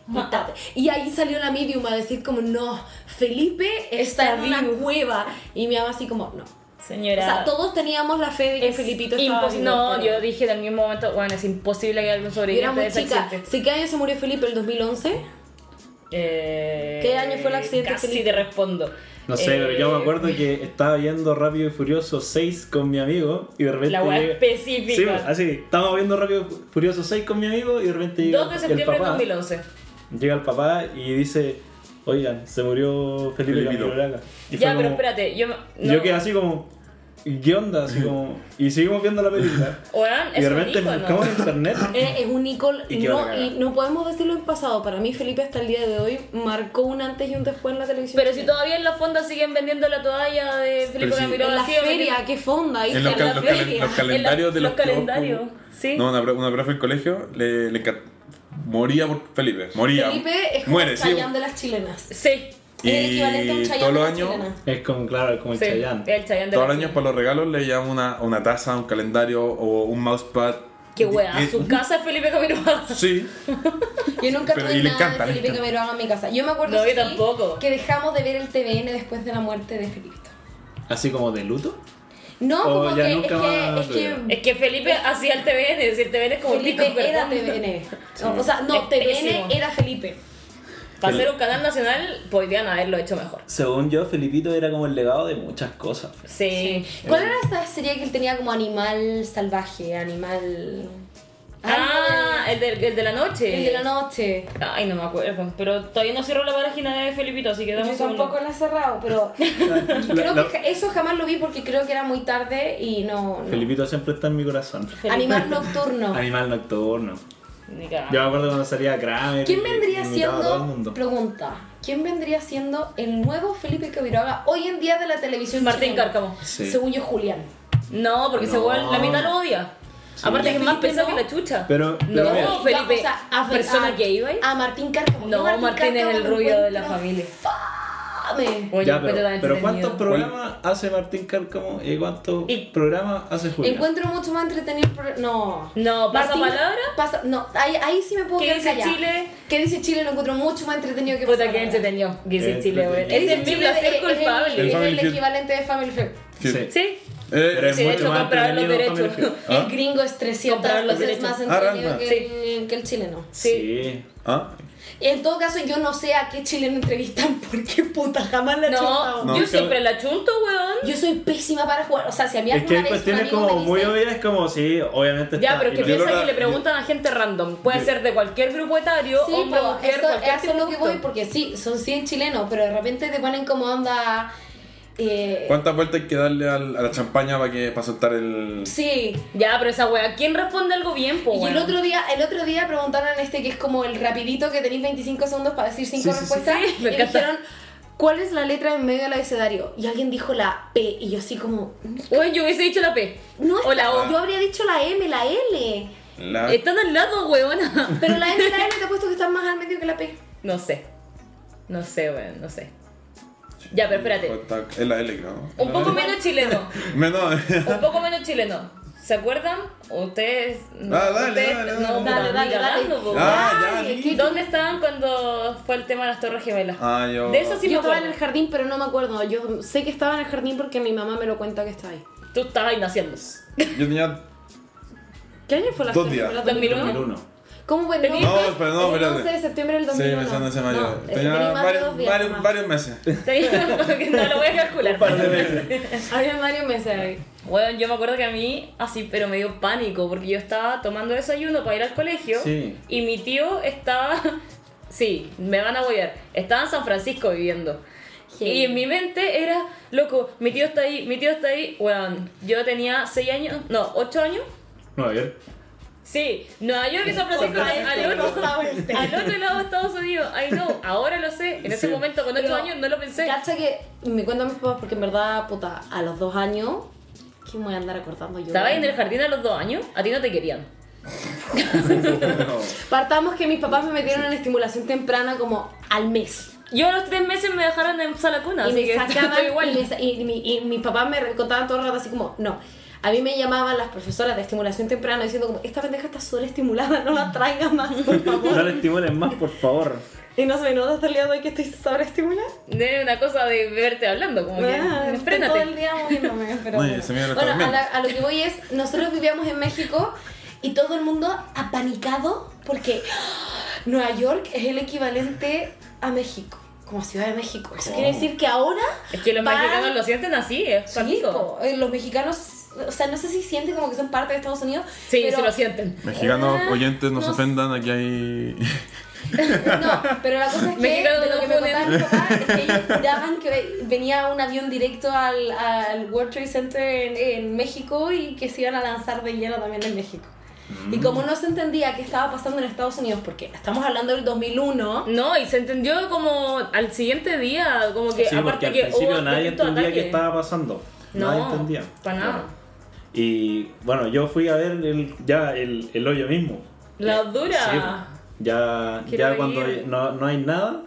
[SPEAKER 3] Y tate. Y ahí salió la medium a decir como no, Felipe está,
[SPEAKER 2] Está
[SPEAKER 3] en una
[SPEAKER 2] vivo".
[SPEAKER 3] cueva. Y mi mamá así como no.
[SPEAKER 2] Señora.
[SPEAKER 3] O sea, todos teníamos la fe de que Felipito estaba
[SPEAKER 2] impos-
[SPEAKER 3] vivo,
[SPEAKER 2] No,
[SPEAKER 3] pero-
[SPEAKER 2] yo dije en el mismo momento, bueno, es imposible que algún
[SPEAKER 3] Yo era
[SPEAKER 2] sobreviviente de
[SPEAKER 3] muy
[SPEAKER 2] ese
[SPEAKER 3] chica.
[SPEAKER 2] accidente.
[SPEAKER 3] ¿Sí qué año se murió Felipe? ¿El 2011?
[SPEAKER 2] Eh,
[SPEAKER 3] ¿Qué año fue el accidente,
[SPEAKER 2] Casi
[SPEAKER 3] Felipe?
[SPEAKER 2] te respondo.
[SPEAKER 1] No sé, pero yo me
[SPEAKER 2] Eh,
[SPEAKER 1] acuerdo que estaba viendo Rápido y Furioso 6 con mi amigo y de repente.
[SPEAKER 2] La hueá
[SPEAKER 1] llega- este- Sí, pues,
[SPEAKER 2] específica.
[SPEAKER 1] así, estábamos viendo Rápido y Furioso 6 con mi amigo y de repente llega
[SPEAKER 2] 2 de
[SPEAKER 1] el
[SPEAKER 2] septiembre de
[SPEAKER 1] papá.
[SPEAKER 2] 2011.
[SPEAKER 1] Llega el papá y dice, oigan, se murió Felipe
[SPEAKER 4] Felipito.
[SPEAKER 1] Camiroaga. Y fue
[SPEAKER 2] Ya, pero
[SPEAKER 1] como-
[SPEAKER 2] espérate, yo. me-
[SPEAKER 1] y
[SPEAKER 2] no.
[SPEAKER 1] Yo quedé así como, ¿qué onda? Así como, y seguimos viendo la película.
[SPEAKER 2] Weón,
[SPEAKER 1] y de
[SPEAKER 2] es un
[SPEAKER 1] repente
[SPEAKER 2] ícono.
[SPEAKER 1] buscamos en internet.
[SPEAKER 3] Eh, es un ícono
[SPEAKER 1] Y quedó la
[SPEAKER 3] no,
[SPEAKER 1] cagada.
[SPEAKER 3] y no podemos decirlo en pasado. Para mí Felipe hasta el día de hoy marcó un antes y un después en la televisión.
[SPEAKER 2] Pero si todavía en la fonda siguen vendiendo la toalla de Felipe
[SPEAKER 4] sí.
[SPEAKER 2] Camiroaga,
[SPEAKER 3] En la
[SPEAKER 2] siguen
[SPEAKER 3] feria,
[SPEAKER 2] vendiendo-
[SPEAKER 3] qué fonda. hija,
[SPEAKER 4] En los,
[SPEAKER 3] en
[SPEAKER 4] cal-
[SPEAKER 3] la
[SPEAKER 4] los calen-
[SPEAKER 3] feria.
[SPEAKER 4] los calendarios
[SPEAKER 2] En
[SPEAKER 4] de
[SPEAKER 2] los
[SPEAKER 4] los, kioscos.
[SPEAKER 2] calendarios, sí.
[SPEAKER 4] No, una, pro- una profe del colegio le, le encan- moría por Felipe. Moría.
[SPEAKER 3] Felipe es como
[SPEAKER 4] Muere,
[SPEAKER 3] el
[SPEAKER 4] sí.
[SPEAKER 3] Chayanne de las chilenas.
[SPEAKER 2] Sí.
[SPEAKER 3] Es el equivalente a un
[SPEAKER 4] Y
[SPEAKER 3] Chayanne
[SPEAKER 4] todos los
[SPEAKER 3] de las
[SPEAKER 4] años,
[SPEAKER 3] chilenas.
[SPEAKER 1] Es como, claro, como el
[SPEAKER 2] sí, Eh.
[SPEAKER 1] Chayanne.
[SPEAKER 2] El Chayanne de
[SPEAKER 4] todos
[SPEAKER 2] la
[SPEAKER 4] los años
[SPEAKER 2] Chile.
[SPEAKER 4] por los regalos le llevamos una, una taza, un calendario o un mousepad.
[SPEAKER 2] Qué
[SPEAKER 4] Eh,
[SPEAKER 2] wea, su casa es Felipe Camiroaga.
[SPEAKER 4] Sí.
[SPEAKER 3] Yo nunca
[SPEAKER 4] Pero-
[SPEAKER 3] tuve
[SPEAKER 4] y le
[SPEAKER 3] nada
[SPEAKER 4] encanta,
[SPEAKER 3] de
[SPEAKER 4] le
[SPEAKER 3] Felipe
[SPEAKER 4] encanta.
[SPEAKER 3] Camiroaga en mi casa. Yo me acuerdo
[SPEAKER 2] No, yo
[SPEAKER 3] sí,
[SPEAKER 2] tampoco.
[SPEAKER 3] que dejamos de ver el TVN después de la muerte de Felipe.
[SPEAKER 1] Así como de luto.
[SPEAKER 3] No,
[SPEAKER 1] Oh,
[SPEAKER 3] como
[SPEAKER 1] ya
[SPEAKER 3] que es
[SPEAKER 1] nunca más
[SPEAKER 3] que, es que
[SPEAKER 1] tuvieron.
[SPEAKER 2] Es que Felipe hacía el TVN, es decir, TVN es como
[SPEAKER 3] Felipe
[SPEAKER 2] pico,
[SPEAKER 3] era
[SPEAKER 2] perdón.
[SPEAKER 3] TVN. No, o sea, no,
[SPEAKER 2] Es pésimo.
[SPEAKER 3] TVN era Felipe.
[SPEAKER 2] Para ser un canal nacional, podrían haberlo hecho mejor.
[SPEAKER 1] Según yo, Felipito era como el legado de muchas cosas.
[SPEAKER 2] Sí. Eh.
[SPEAKER 3] ¿Cuál era esta serie que él tenía como animal salvaje, animal...
[SPEAKER 2] Ah, el de, el de la noche.
[SPEAKER 3] El de la noche.
[SPEAKER 2] Ay, no me acuerdo. Pero todavía no cierro la página de Felipito, así que dame
[SPEAKER 3] Yo
[SPEAKER 2] un segundo.
[SPEAKER 3] tampoco la he cerrado, pero creo que ja- eso jamás lo vi porque creo que era muy tarde y no... no.
[SPEAKER 1] Felipito siempre está en mi corazón.
[SPEAKER 3] Animal nocturno.
[SPEAKER 1] Animal nocturno.
[SPEAKER 2] Ni cagando.
[SPEAKER 1] Yo me acuerdo cuando salía Kramer.
[SPEAKER 3] ¿Quién
[SPEAKER 1] y-
[SPEAKER 3] vendría
[SPEAKER 1] y imitaba a todo el
[SPEAKER 3] siendo,
[SPEAKER 1] mundo.
[SPEAKER 3] pregunta, quién vendría siendo el nuevo Felipe Cabiroaga hoy en día de la televisión
[SPEAKER 2] Martín
[SPEAKER 3] chilena?
[SPEAKER 2] Cárcamo.
[SPEAKER 1] Sí.
[SPEAKER 3] Según yo, Julián.
[SPEAKER 2] No, porque ese
[SPEAKER 1] No.
[SPEAKER 2] weón la mitad lo odia. Aparte que es más
[SPEAKER 3] Felipe
[SPEAKER 2] pesado
[SPEAKER 3] no.
[SPEAKER 2] que la chucha.
[SPEAKER 1] Pero- pero
[SPEAKER 2] no,
[SPEAKER 1] mira.
[SPEAKER 2] Felipe,
[SPEAKER 3] Ya, o sea, a-
[SPEAKER 2] persona
[SPEAKER 3] a-
[SPEAKER 2] que iba ahí.
[SPEAKER 3] A Martín Cárcamo.
[SPEAKER 2] No,
[SPEAKER 3] Yo
[SPEAKER 2] Martín,
[SPEAKER 3] Cárcamo
[SPEAKER 2] es el
[SPEAKER 3] lo
[SPEAKER 2] rubio de la
[SPEAKER 3] encuentro
[SPEAKER 2] familia.
[SPEAKER 3] fame.
[SPEAKER 2] Oye,
[SPEAKER 1] Ya,
[SPEAKER 2] encuentro
[SPEAKER 1] pero,
[SPEAKER 2] tan
[SPEAKER 1] pero
[SPEAKER 2] entretenido.
[SPEAKER 1] ¿cuántos programas hace Martín Cárcamo y cuántos
[SPEAKER 2] Y-
[SPEAKER 1] programas hace Julián?
[SPEAKER 3] Encuentro mucho más entretenido. el pro- No.
[SPEAKER 2] No, ¿pasa
[SPEAKER 3] Martín-
[SPEAKER 2] palabra?
[SPEAKER 3] pasa- no, ahí, ahí sí me puedo
[SPEAKER 2] ¿Qué
[SPEAKER 3] quedar
[SPEAKER 2] dice
[SPEAKER 3] callada.
[SPEAKER 2] Chile?
[SPEAKER 3] ¿Qué dice Chile? Lo encuentro mucho más entretenido que
[SPEAKER 2] Puta
[SPEAKER 3] Pasa
[SPEAKER 2] que
[SPEAKER 3] Palabra.
[SPEAKER 2] entretenido. Dice
[SPEAKER 1] Eh,
[SPEAKER 2] Chile, weón.
[SPEAKER 1] entretenido.
[SPEAKER 2] Ese
[SPEAKER 3] Ese
[SPEAKER 2] es mi placer
[SPEAKER 3] Es el,
[SPEAKER 2] culpable.
[SPEAKER 4] El Family
[SPEAKER 3] el
[SPEAKER 4] Feud.
[SPEAKER 3] equivalente de Family Feud.
[SPEAKER 1] Sí.
[SPEAKER 2] Sí.
[SPEAKER 4] Eh,
[SPEAKER 1] Pero es
[SPEAKER 2] Sí, de
[SPEAKER 1] mucho
[SPEAKER 2] hecho,
[SPEAKER 1] más
[SPEAKER 2] compraron los
[SPEAKER 1] entretenido
[SPEAKER 2] derechos.
[SPEAKER 1] Family Feud.
[SPEAKER 4] ¿Ah?
[SPEAKER 3] El gringo es 300
[SPEAKER 2] Comprar los
[SPEAKER 3] veces
[SPEAKER 2] derechos.
[SPEAKER 3] más
[SPEAKER 4] Ah,
[SPEAKER 3] entretenido
[SPEAKER 4] Ranma.
[SPEAKER 3] que, el, que el chileno.
[SPEAKER 1] Sí.
[SPEAKER 4] ¿Ah?
[SPEAKER 3] eh, En todo caso, yo no sé a qué chileno entrevistan porque puta jamás la he
[SPEAKER 2] No,
[SPEAKER 3] chutado.
[SPEAKER 2] yo
[SPEAKER 4] No, claro.
[SPEAKER 2] siempre la chunto, weón.
[SPEAKER 3] Yo soy pésima para jugar. O sea, si a mí
[SPEAKER 1] Es que
[SPEAKER 3] alguna
[SPEAKER 1] hay
[SPEAKER 3] vez un
[SPEAKER 1] cuestiones
[SPEAKER 3] amigo
[SPEAKER 1] como
[SPEAKER 3] me
[SPEAKER 1] muy
[SPEAKER 3] dice-
[SPEAKER 1] obvias, como sí, obviamente
[SPEAKER 2] Ya,
[SPEAKER 1] está,
[SPEAKER 2] pero es
[SPEAKER 1] y
[SPEAKER 2] que
[SPEAKER 1] no-
[SPEAKER 2] piensa
[SPEAKER 4] Yo lo-
[SPEAKER 2] que le preguntan a gente random. Puede ser de cualquier grupo etario,
[SPEAKER 3] Sí,
[SPEAKER 2] hombre,
[SPEAKER 3] po,
[SPEAKER 2] mujer,
[SPEAKER 3] esto-
[SPEAKER 2] cualquier
[SPEAKER 3] eso es lo que
[SPEAKER 2] tipo de
[SPEAKER 3] voy, porque sí, son 100 chilenos, pero de repente te ponen como onda... eh,
[SPEAKER 4] ¿Cuántas vueltas hay que darle al- a la champaña para que para soltar el.
[SPEAKER 3] sí.
[SPEAKER 2] Ya, pero esa wea, ¿quién responde algo bien, po?
[SPEAKER 3] Y el
[SPEAKER 2] weón?
[SPEAKER 3] otro día, el otro día preguntaron este que es como el rapidito que tenéis 25 segundos para decir
[SPEAKER 1] Sí, sí,
[SPEAKER 3] cinco
[SPEAKER 1] sí.
[SPEAKER 3] respuestas.
[SPEAKER 2] Sí, me
[SPEAKER 3] y
[SPEAKER 2] encanta.
[SPEAKER 3] dijeron, ¿cuál es la letra en medio del abecedario? Y alguien dijo la P, y yo así como...
[SPEAKER 2] Weón, yo hubiese dicho la P.
[SPEAKER 3] No,
[SPEAKER 2] o la O.
[SPEAKER 3] yo habría dicho la M, la L.
[SPEAKER 4] La...
[SPEAKER 2] Están al lado, weona.
[SPEAKER 3] Pero la M y la L te he puesto que están más al medio que la P.
[SPEAKER 2] No sé. No sé, weón, no sé. Ya, pero espérate.
[SPEAKER 4] Kotak, es la L, creo. ¿no?
[SPEAKER 2] Un poco menos chileno.
[SPEAKER 4] Me- no,
[SPEAKER 2] Un poco menos chileno. ¿Se acuerdan? Ustedes.
[SPEAKER 4] Ah, dale,
[SPEAKER 2] ustedes-
[SPEAKER 4] dale, dale.
[SPEAKER 2] no,
[SPEAKER 3] Dale,
[SPEAKER 2] ni
[SPEAKER 3] dale, dale.
[SPEAKER 2] cagando, po.
[SPEAKER 4] Ah,
[SPEAKER 3] Ay,
[SPEAKER 4] ya.
[SPEAKER 3] ¿qué-
[SPEAKER 2] ¿Dónde estaban cuando fue el tema de las Torres Gemelas?
[SPEAKER 4] Ah, yo.
[SPEAKER 2] De eso sí me
[SPEAKER 3] yo estaba en
[SPEAKER 2] acuerdo.
[SPEAKER 3] el jardín, pero no me acuerdo. Yo sé que estaba en el jardín porque mi mamá me lo cuenta que estaba ahí.
[SPEAKER 2] Tú estabas ahí naciendo.
[SPEAKER 4] Yo tenía.
[SPEAKER 3] ¿Qué año fue la
[SPEAKER 4] Dos días.
[SPEAKER 2] 2001.
[SPEAKER 1] 2001.
[SPEAKER 3] ¿Cómo fue?
[SPEAKER 2] Tenía-
[SPEAKER 4] No, pero no,
[SPEAKER 3] el 11
[SPEAKER 4] espérate.
[SPEAKER 3] de septiembre del
[SPEAKER 4] Sí,
[SPEAKER 3] 2001.
[SPEAKER 4] me suena ese mayor.
[SPEAKER 3] No,
[SPEAKER 4] tenía
[SPEAKER 3] más de
[SPEAKER 4] varios,
[SPEAKER 3] dos días
[SPEAKER 4] varios-
[SPEAKER 3] nomás.
[SPEAKER 4] varios meses.
[SPEAKER 2] Tenía- porque no lo voy a calcular.
[SPEAKER 3] Había varios meses ahí.
[SPEAKER 2] Bueno, yo me acuerdo que a mí, así, pero me dio pánico, porque yo estaba tomando desayuno para ir al colegio
[SPEAKER 1] Sí.
[SPEAKER 2] y mi tío estaba, sí, me van a apoyar, estaba en San Francisco viviendo.
[SPEAKER 3] Sí.
[SPEAKER 2] Y en mi mente era, loco, mi tío está ahí, mi tío está ahí. Bueno, yo tenía 6 años, no, 8 años.
[SPEAKER 1] Nueva York.
[SPEAKER 2] Sí, Nueva York y San Francisco al otro,
[SPEAKER 3] este
[SPEAKER 2] al otro lado de Estados Unidos. I know, ahora lo sé. En
[SPEAKER 1] Sí.
[SPEAKER 2] ese momento, con 8
[SPEAKER 3] Pero,
[SPEAKER 2] años, no lo pensé.
[SPEAKER 3] Cacha que me cuentan mis papás porque en verdad, puta, a los dos años, ¿qué me voy a andar acordando yo?
[SPEAKER 2] Estabas en el jardín a los 2 años, a ti no te querían.
[SPEAKER 3] Partamos que mis papás me metieron en estimulación temprana como al mes.
[SPEAKER 2] Yo a los tres meses me dejaron en sala cuna,
[SPEAKER 3] y
[SPEAKER 2] así
[SPEAKER 3] me
[SPEAKER 2] que
[SPEAKER 3] sacaban
[SPEAKER 2] estoy igual.
[SPEAKER 3] y, me- y mi- y mis papás me contaban todo el rato así como, no. A mí me llamaban las profesoras de estimulación temprana diciendo como, esta pendeja está sobreestimulada, no la traigas más, por favor.
[SPEAKER 1] No le estimulen más, por favor.
[SPEAKER 3] Y no se me nota hasta el día de hoy que estoy sobreestimulada.
[SPEAKER 2] Es una cosa de verte hablando, como que
[SPEAKER 3] Ah, estoy todo el
[SPEAKER 2] frénate.
[SPEAKER 3] día moviéndome, pero
[SPEAKER 4] Oye,
[SPEAKER 3] bueno.
[SPEAKER 4] se me iba a
[SPEAKER 3] Bueno,
[SPEAKER 4] notar
[SPEAKER 3] a, la- a lo que voy es, nosotros vivíamos en México y todo el mundo apanicado porque ¡ah! Nueva York es el equivalente a México, como Ciudad de México. Eso quiere decir que ahora
[SPEAKER 2] Es que los
[SPEAKER 3] Pan.
[SPEAKER 2] mexicanos lo sienten así, es
[SPEAKER 3] sí,
[SPEAKER 2] pánico.
[SPEAKER 3] po, eh, los mexicanos, o sea, no sé si sienten como que son parte de Estados Unidos.
[SPEAKER 2] Sí,
[SPEAKER 3] pero,
[SPEAKER 2] se lo sienten.
[SPEAKER 4] Mexicanos
[SPEAKER 3] Ah,
[SPEAKER 4] oyentes, no se
[SPEAKER 3] no sé.
[SPEAKER 4] ofendan, aquí hay.
[SPEAKER 3] No, pero la cosa es que
[SPEAKER 2] Mexicanos
[SPEAKER 3] de lo
[SPEAKER 2] no
[SPEAKER 3] que me
[SPEAKER 2] ponen.
[SPEAKER 3] contaban mis papás es que ellos juraban que ve- venía un avión directo al, al World Trade Center en, en México y que se iban a lanzar de lleno también en México. Y
[SPEAKER 2] Mm.
[SPEAKER 3] como no se entendía qué estaba pasando en Estados Unidos, porque estamos hablando del 2001,
[SPEAKER 2] No, y se entendió como al siguiente día, como que
[SPEAKER 1] Sí, porque
[SPEAKER 2] aparte
[SPEAKER 1] al
[SPEAKER 2] que
[SPEAKER 1] principio
[SPEAKER 2] hubo
[SPEAKER 1] nadie
[SPEAKER 2] distintos
[SPEAKER 1] entendía qué
[SPEAKER 2] ataques.
[SPEAKER 1] estaba pasando.
[SPEAKER 2] No,
[SPEAKER 1] nadie entendía.
[SPEAKER 2] para nada.
[SPEAKER 1] Y bueno, yo fui a ver el, ya el, el hoyo mismo.
[SPEAKER 2] La dura.
[SPEAKER 1] Sí, ya
[SPEAKER 2] Quiero
[SPEAKER 1] ya cuando
[SPEAKER 2] ir.
[SPEAKER 1] no, no hay nada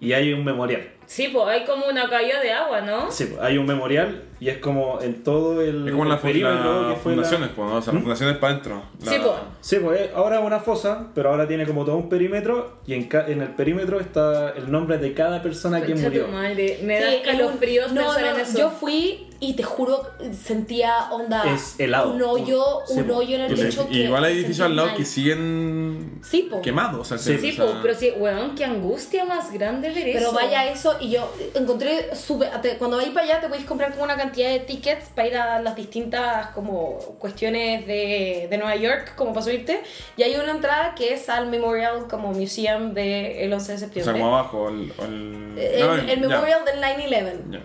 [SPEAKER 1] y hay un memorial.
[SPEAKER 2] Sí, pues hay como una caída de agua, ¿no?
[SPEAKER 1] Sí, pues, hay un memorial y es como en todo el.
[SPEAKER 4] Es como
[SPEAKER 1] el
[SPEAKER 4] las
[SPEAKER 1] perímetro que
[SPEAKER 4] la
[SPEAKER 1] fue la-
[SPEAKER 4] fundaciones, pues, ¿no? O sea, las fundaciones para adentro. La-
[SPEAKER 2] Sí, pues.
[SPEAKER 1] Sí, pues eh, ahora es una fosa, pero ahora tiene como todo un perímetro y en, ca- en el perímetro está el nombre de cada persona que
[SPEAKER 2] Concha
[SPEAKER 1] murió.
[SPEAKER 2] tu madre, me
[SPEAKER 3] Sí,
[SPEAKER 2] da
[SPEAKER 3] es un-
[SPEAKER 2] escalofríos
[SPEAKER 3] no,
[SPEAKER 2] pensar
[SPEAKER 3] no,
[SPEAKER 2] en eso.
[SPEAKER 3] Yo fui y te juro, sentía onda.
[SPEAKER 1] Es helado.
[SPEAKER 3] Un hoyo,
[SPEAKER 1] Sí,
[SPEAKER 3] un
[SPEAKER 1] po.
[SPEAKER 3] hoyo en el
[SPEAKER 4] Entonces,
[SPEAKER 3] techo. que
[SPEAKER 4] igual hay
[SPEAKER 3] me
[SPEAKER 4] edificios
[SPEAKER 3] sentí
[SPEAKER 4] al lado
[SPEAKER 3] mal.
[SPEAKER 4] que siguen
[SPEAKER 3] Sí, po.
[SPEAKER 4] quemados. O sea,
[SPEAKER 1] Sí.
[SPEAKER 2] Sí,
[SPEAKER 4] o sea,
[SPEAKER 2] pues, pero sí, weón, qué angustia más grande ver eso.
[SPEAKER 3] Pero vaya eso, y yo encontré, súper- te- cuando vais para allá te podéis comprar como una cantidad de tickets para ir a las distintas como cuestiones de, de Nueva York, como para subirte, y hay una entrada que es al Memorial como Museum del 11 de
[SPEAKER 4] o sea,
[SPEAKER 3] septiembre. Eh,
[SPEAKER 4] como abajo. El, el,
[SPEAKER 2] Eh,
[SPEAKER 3] el,
[SPEAKER 4] no,
[SPEAKER 3] el
[SPEAKER 4] ya,
[SPEAKER 3] Memorial del 9-11.
[SPEAKER 4] ya.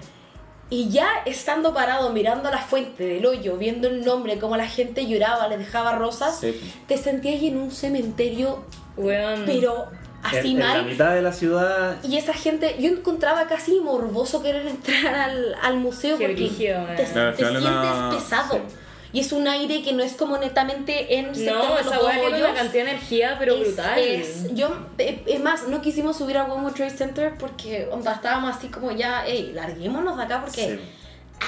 [SPEAKER 3] Y ya estando parado mirando la fuente del hoyo, viendo el nombre, cómo la gente lloraba, les dejaba rosas,
[SPEAKER 1] Sí.
[SPEAKER 3] te sentías en un cementerio,
[SPEAKER 2] Weón.
[SPEAKER 3] pero
[SPEAKER 1] En,
[SPEAKER 3] así
[SPEAKER 1] Mm. en
[SPEAKER 3] mal.
[SPEAKER 1] la mitad de la ciudad.
[SPEAKER 3] Y esa gente, yo encontraba casi morboso querer entrar al, al museo
[SPEAKER 2] Qué
[SPEAKER 3] porque
[SPEAKER 2] brígido, eh.
[SPEAKER 3] te,
[SPEAKER 4] Claro, al
[SPEAKER 3] te
[SPEAKER 4] final
[SPEAKER 3] sientes
[SPEAKER 4] era-
[SPEAKER 3] pesado.
[SPEAKER 1] sí.
[SPEAKER 3] Y es un aire que no es como netamente en el sector
[SPEAKER 2] No,
[SPEAKER 3] de los
[SPEAKER 2] esa weá tiene
[SPEAKER 3] hoyos.
[SPEAKER 2] una cantidad de energía, pero
[SPEAKER 3] Es-
[SPEAKER 2] brutal.
[SPEAKER 3] Es, yo, eh, es más, no quisimos subir al World World Trade Center porque onda, estábamos así como ya, hey, larguémonos de acá porque
[SPEAKER 1] Sí,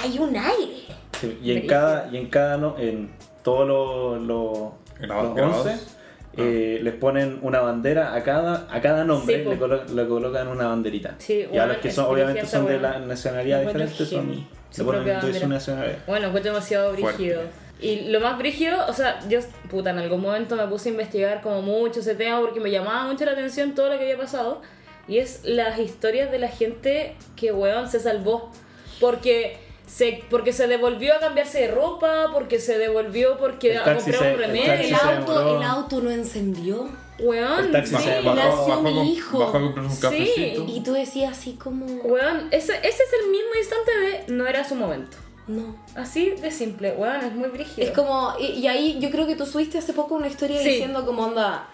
[SPEAKER 3] hay un aire.
[SPEAKER 1] sí, y en cada, y en cada no, en todos los los-
[SPEAKER 4] Grabados,
[SPEAKER 1] los
[SPEAKER 4] grabados. Ah.
[SPEAKER 1] 11, eh, les ponen una bandera a cada, a cada nombre,
[SPEAKER 2] Sí,
[SPEAKER 1] le,
[SPEAKER 2] po.
[SPEAKER 1] colo- le colocan una banderita.
[SPEAKER 2] Sí,
[SPEAKER 1] y a
[SPEAKER 2] bueno,
[SPEAKER 1] los que
[SPEAKER 2] es
[SPEAKER 1] son, obviamente
[SPEAKER 2] brígida
[SPEAKER 1] son de
[SPEAKER 2] esa
[SPEAKER 1] la
[SPEAKER 2] weá.
[SPEAKER 1] nacionalidad
[SPEAKER 3] Encuentro
[SPEAKER 1] diferente, son,
[SPEAKER 3] heavy.
[SPEAKER 1] se
[SPEAKER 2] Su
[SPEAKER 1] ponen
[SPEAKER 2] propia
[SPEAKER 1] de su
[SPEAKER 2] bandera.
[SPEAKER 1] nacionalidad.
[SPEAKER 2] Bueno, encuentro demasiado
[SPEAKER 4] Fuerte.
[SPEAKER 2] brígido. Y lo más brígido, o sea, yo, puta, en algún momento me puse a investigar como mucho ese tema porque me llamaba mucho la atención todo lo que había pasado. Y es las historias de la gente que, weón, se salvó. Porque se, porque se devolvió a cambiarse de ropa, porque se devolvió porque
[SPEAKER 1] El
[SPEAKER 2] a
[SPEAKER 1] taxi
[SPEAKER 2] comprar un
[SPEAKER 1] se- el
[SPEAKER 2] remedio.
[SPEAKER 1] taxi
[SPEAKER 3] El
[SPEAKER 1] se
[SPEAKER 3] auto,
[SPEAKER 1] demoró.
[SPEAKER 3] el auto no encendió.
[SPEAKER 2] Weón,
[SPEAKER 1] El taxi
[SPEAKER 4] Bajó,
[SPEAKER 1] se
[SPEAKER 2] sí.
[SPEAKER 1] demoró.
[SPEAKER 4] bajó,
[SPEAKER 3] nació
[SPEAKER 4] bajó,
[SPEAKER 3] mi
[SPEAKER 4] con-
[SPEAKER 3] hijo.
[SPEAKER 4] bajó a comprar un
[SPEAKER 2] Sí.
[SPEAKER 4] cafecito.
[SPEAKER 3] Y tú decías así como,
[SPEAKER 2] Weón, ese, ese es el mismo instante de no era su momento.
[SPEAKER 3] no.
[SPEAKER 2] Así de simple, weón, es muy brígido.
[SPEAKER 3] Es como, y, y ahí yo creo que tú subiste hace poco una historia
[SPEAKER 2] Sí.
[SPEAKER 3] diciendo como onda,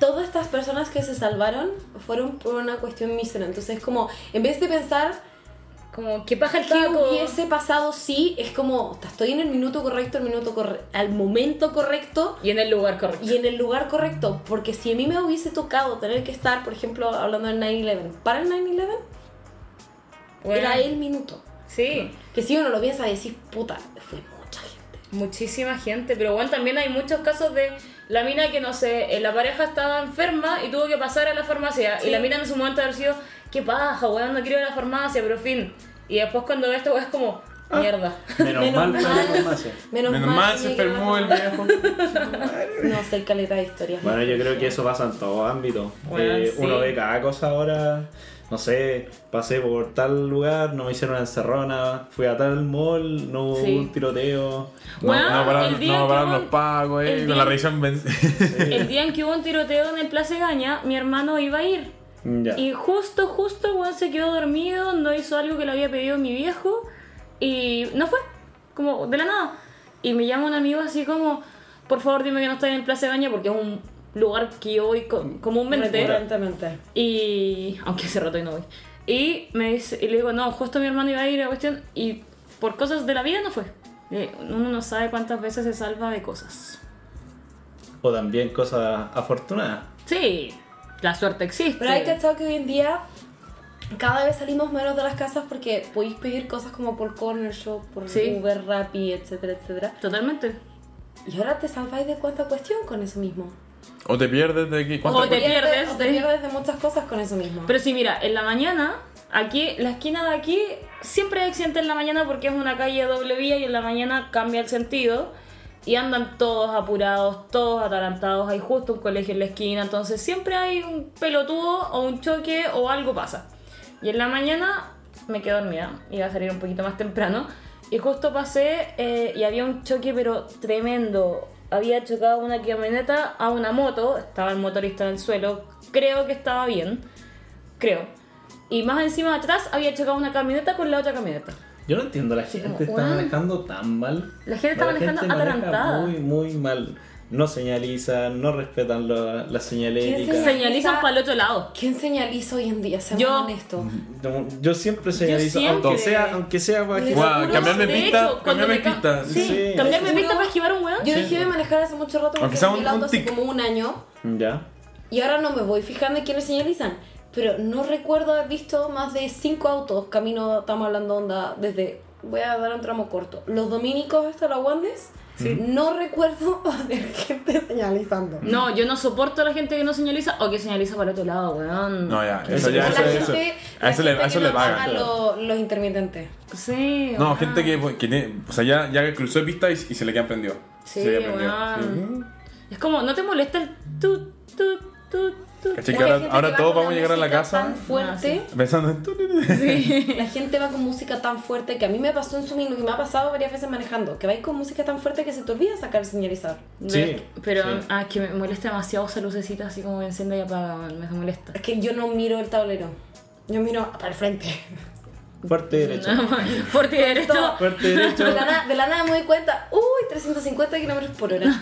[SPEAKER 3] todas estas personas que se salvaron fueron por una cuestión mísera. Entonces como, en vez de pensar
[SPEAKER 2] Como, ¿qué paja el
[SPEAKER 3] qué
[SPEAKER 2] taco?
[SPEAKER 3] hubiese pasado si, es como, estoy en el minuto correcto, el minuto corre- al momento correcto
[SPEAKER 2] Y en el lugar correcto.
[SPEAKER 3] y en el lugar correcto. Porque si a mí me hubiese tocado tener que estar, por ejemplo, hablando del 9-11, para el 9-11,
[SPEAKER 2] Bueno.
[SPEAKER 3] Era el minuto.
[SPEAKER 2] Sí,
[SPEAKER 3] Que si uno lo piensa, decís, puta, fue mucha gente.
[SPEAKER 2] muchísima gente. Pero bueno, también hay muchos casos de la mina que, no sé, eh, la pareja estaba enferma y tuvo que pasar a la farmacia.
[SPEAKER 3] Sí.
[SPEAKER 2] Y la mina en su momento de haber sido, qué paja, weón, no quiero ir a la farmacia, pero fin. Y después cuando ve esto, weón, es como,
[SPEAKER 3] Ah.
[SPEAKER 2] mierda.
[SPEAKER 1] Menos,
[SPEAKER 3] Menos
[SPEAKER 1] mal,
[SPEAKER 3] mal.
[SPEAKER 1] fue la farmacia.
[SPEAKER 3] Menos,
[SPEAKER 4] Menos mal se
[SPEAKER 3] que llegué
[SPEAKER 4] enfermó
[SPEAKER 3] a
[SPEAKER 4] el
[SPEAKER 3] la-
[SPEAKER 4] viejo.
[SPEAKER 3] No sé, caleta de historias.
[SPEAKER 1] Bueno, yo creo que eso pasa en todos ámbitos.
[SPEAKER 2] Bueno,
[SPEAKER 1] Eh,
[SPEAKER 2] sí.
[SPEAKER 1] Uno ve cada cosa ahora. No sé, pasé por tal lugar, no me hicieron una encerrona, fui a tal mall, no hubo
[SPEAKER 2] Sí.
[SPEAKER 1] un tiroteo.
[SPEAKER 2] Bueno,
[SPEAKER 4] no, para,
[SPEAKER 2] el día
[SPEAKER 4] no
[SPEAKER 2] que
[SPEAKER 4] pararon
[SPEAKER 2] hubo-
[SPEAKER 4] los pagos, eh,
[SPEAKER 2] el
[SPEAKER 4] con
[SPEAKER 2] día-
[SPEAKER 4] la revisión ven-
[SPEAKER 2] El día en que hubo un tiroteo en el Plaza Gaña, mi hermano iba a ir.
[SPEAKER 1] Mm, Ya.
[SPEAKER 2] Y justo, justo, weón, se quedó dormido, no hizo algo que le había pedido mi viejo y no fue, como de la nada. Y me llama un amigo así como, por favor dime que no estoy en el Plaza de Baño porque es un lugar que yo voy co- comúnmente.
[SPEAKER 3] Recurrentemente.
[SPEAKER 2] Y, aunque hace rato y no voy. Y, me dice, y le digo, no, justo mi hermano iba a ir a cuestión y por cosas de la vida no fue. Eh, Uno no sabe cuántas veces se salva de cosas.
[SPEAKER 1] O también cosas afortunadas.
[SPEAKER 2] Sí, la suerte existe.
[SPEAKER 3] Pero hay cachado que hoy en día cada vez salimos menos de las casas porque podéis pedir cosas como por Corner Shop, por
[SPEAKER 2] Sí.
[SPEAKER 3] Uber, Rappi, etcétera, etcétera.
[SPEAKER 2] Totalmente.
[SPEAKER 3] Y ahora te salváis de cuánta cuestión con eso mismo.
[SPEAKER 4] O te pierdes de aquí. ¿Cuánto
[SPEAKER 2] O te- pierdes
[SPEAKER 3] o te
[SPEAKER 2] de-
[SPEAKER 3] pierdes de muchas cosas con eso mismo.
[SPEAKER 2] Pero sí, mira, en la mañana, aquí, la esquina de aquí, siempre hay accidente en la mañana porque es una calle de doble vía y en la mañana cambia el sentido. Y andan todos apurados, todos atarantados, hay justo un colegio en la esquina, entonces siempre hay un pelotudo o un choque o algo pasa. Y en la mañana me quedé dormida, iba a salir un poquito más temprano, y justo pasé eh, y había un choque pero tremendo. Había chocado una camioneta a una moto, estaba el motorista en el suelo, creo que estaba bien creo. Y más encima de atrás había chocado una camioneta con la otra camioneta.
[SPEAKER 1] Yo no entiendo, la gente está
[SPEAKER 2] weón.
[SPEAKER 1] manejando tan mal.
[SPEAKER 2] La gente está manejando
[SPEAKER 1] maneja
[SPEAKER 2] atarantada.
[SPEAKER 1] Muy, muy mal. No señalizan, no respetan lo- la
[SPEAKER 3] ¿Quién
[SPEAKER 1] señalética.
[SPEAKER 3] señala?
[SPEAKER 2] Señalizan
[SPEAKER 3] Quizá-
[SPEAKER 2] para el otro lado.
[SPEAKER 3] ¿Quién señaliza hoy en día? Seamos
[SPEAKER 2] Yo.
[SPEAKER 3] honestos.
[SPEAKER 4] Mm.
[SPEAKER 1] Yo- Yo siempre señalizo,
[SPEAKER 2] siempre.
[SPEAKER 1] aunque sea, aunque sea para que-
[SPEAKER 3] Guau,
[SPEAKER 4] Guau,
[SPEAKER 3] seguro,
[SPEAKER 4] Ah, cambiarme
[SPEAKER 2] de
[SPEAKER 4] pista,
[SPEAKER 2] hecho, cuando
[SPEAKER 4] cambiarme
[SPEAKER 2] me ca-
[SPEAKER 4] pista.
[SPEAKER 2] Sí,
[SPEAKER 1] Sí.
[SPEAKER 2] cambiarme
[SPEAKER 3] Seguro-
[SPEAKER 2] pista para esquivar un weón.
[SPEAKER 3] Yo dejé de manejar hace mucho rato porque
[SPEAKER 4] Aunque sea
[SPEAKER 3] tenía el
[SPEAKER 4] un- un
[SPEAKER 3] auto hace
[SPEAKER 4] tic.
[SPEAKER 3] como un año
[SPEAKER 1] Ya.
[SPEAKER 3] y ahora no me voy fijando en quiénes señalizan. Pero no recuerdo haber visto más de cinco autos camino, estamos hablando onda, desde, voy a dar un tramo corto, los dominicos hasta la Wandes, no recuerdo haber gente señalizando.
[SPEAKER 2] No, yo no soporto a la gente que no señaliza o que señaliza para el otro lado, weón.
[SPEAKER 4] No, ya,
[SPEAKER 1] Eso
[SPEAKER 4] eso ya,
[SPEAKER 1] es
[SPEAKER 4] eso,
[SPEAKER 1] la
[SPEAKER 4] eso.
[SPEAKER 3] gente-
[SPEAKER 4] A eso
[SPEAKER 3] la
[SPEAKER 4] le, a
[SPEAKER 3] gente
[SPEAKER 4] eso
[SPEAKER 3] que
[SPEAKER 4] le
[SPEAKER 3] no
[SPEAKER 4] pagan.
[SPEAKER 3] paga lo- los intermitentes.
[SPEAKER 2] Sí.
[SPEAKER 4] No,
[SPEAKER 2] weón.
[SPEAKER 4] gente que, que tiene- o sea, ya, ya cruzó de pista y, y se le queda prendido.
[SPEAKER 2] Sí,
[SPEAKER 4] se le queda prendido.
[SPEAKER 2] weón. Es como, no te molesta el tu, tu, tu, tu.
[SPEAKER 4] Caché que
[SPEAKER 3] Hay
[SPEAKER 4] ahora,
[SPEAKER 3] gente
[SPEAKER 4] ahora
[SPEAKER 3] que va
[SPEAKER 4] todos
[SPEAKER 3] con
[SPEAKER 4] vamos a
[SPEAKER 3] una
[SPEAKER 4] llegar a la
[SPEAKER 3] música
[SPEAKER 4] casa Ah,
[SPEAKER 3] Tan fuerte,
[SPEAKER 4] pensando en.
[SPEAKER 3] la gente va con música tan fuerte que a mí me pasó en su minuto, que me ha pasado varias veces manejando, que vais con música tan fuerte que se te olvida sacar el señalizador.
[SPEAKER 2] Ve-
[SPEAKER 1] Sí,
[SPEAKER 2] Pero,
[SPEAKER 1] sí.
[SPEAKER 2] ah, es que me molesta demasiado esa lucecita así como enciende y apaga, weón, me molesta.
[SPEAKER 3] Es que yo no miro el tablero, yo miro para el frente.
[SPEAKER 1] Fuerte derecha.
[SPEAKER 2] Por ti esto.
[SPEAKER 1] Fuerte
[SPEAKER 3] De la,
[SPEAKER 1] derecha.
[SPEAKER 3] nada, de la nada me doy cuenta, uy, 350 kilómetros por hora.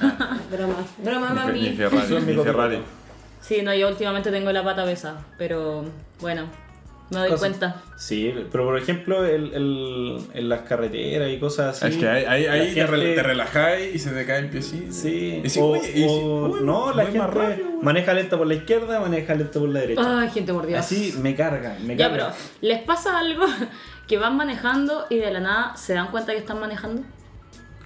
[SPEAKER 3] broma, broma,
[SPEAKER 4] Ni
[SPEAKER 3] mami.
[SPEAKER 1] Eso es
[SPEAKER 4] Ferrari,
[SPEAKER 1] mi
[SPEAKER 4] ni Ferrari.
[SPEAKER 1] copiloto.
[SPEAKER 2] Sí, no, yo últimamente tengo la pata pesada, pero bueno, me doy
[SPEAKER 1] Cosas-
[SPEAKER 2] cuenta.
[SPEAKER 1] Sí, pero por ejemplo, el, el- en las carreteras y cosas así.
[SPEAKER 4] Ah, Es que ahí, ahí,
[SPEAKER 1] la
[SPEAKER 4] ahí te,
[SPEAKER 1] gente-
[SPEAKER 4] re- te relajáis y se te cae el pie así.
[SPEAKER 1] Sí,
[SPEAKER 4] Y si,
[SPEAKER 1] o,
[SPEAKER 4] uy, y si,
[SPEAKER 1] o-
[SPEAKER 4] uy,
[SPEAKER 1] no, la
[SPEAKER 4] voy más
[SPEAKER 1] gente
[SPEAKER 4] rápido, güey.
[SPEAKER 1] maneja lento por la izquierda, maneja lento por la derecha.
[SPEAKER 2] Ay, gente por Ah, Dios.
[SPEAKER 1] Así me cargan, me
[SPEAKER 2] ya, pero,
[SPEAKER 1] cargan.
[SPEAKER 2] ¿les pasa algo que van manejando y de la nada se dan cuenta que están manejando?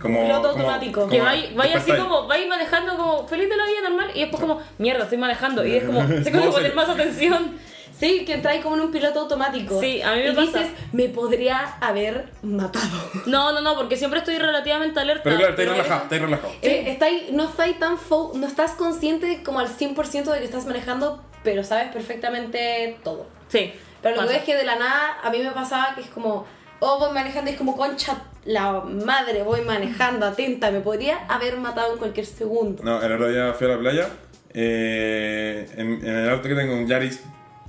[SPEAKER 4] Como,
[SPEAKER 3] Piloto
[SPEAKER 4] como-
[SPEAKER 3] automático.
[SPEAKER 4] como
[SPEAKER 2] Que vais vais así
[SPEAKER 4] despertáis.
[SPEAKER 2] como, vais manejando como feliz de la vida normal y después como, mierda, estoy manejando. Y es como, tengo que
[SPEAKER 4] No,
[SPEAKER 2] poner
[SPEAKER 4] sí.
[SPEAKER 2] más atención.
[SPEAKER 3] Sí, que entráis como en un piloto automático.
[SPEAKER 2] Sí, a mí me
[SPEAKER 3] y
[SPEAKER 2] pasa.
[SPEAKER 3] dices, me podría haber matado.
[SPEAKER 2] No, no, no, porque siempre estoy relativamente alerta.
[SPEAKER 4] Pero claro, estáis
[SPEAKER 2] pero-
[SPEAKER 4] relajado, estáis relajado.
[SPEAKER 3] Eh, está ahí- no está ahí tan fo- no estás consciente como al 100% de que estás manejando, pero sabes perfectamente todo.
[SPEAKER 2] Sí.
[SPEAKER 3] Pero lo
[SPEAKER 2] pasa.
[SPEAKER 3] que es que de la nada a mí me pasaba que es como, oh, voy manejando y es como, concha, la madre, voy manejando, atenta, me podría haber matado en cualquier segundo.
[SPEAKER 4] No, el otro día fui a la playa. eh, en, en el auto que tengo un Yaris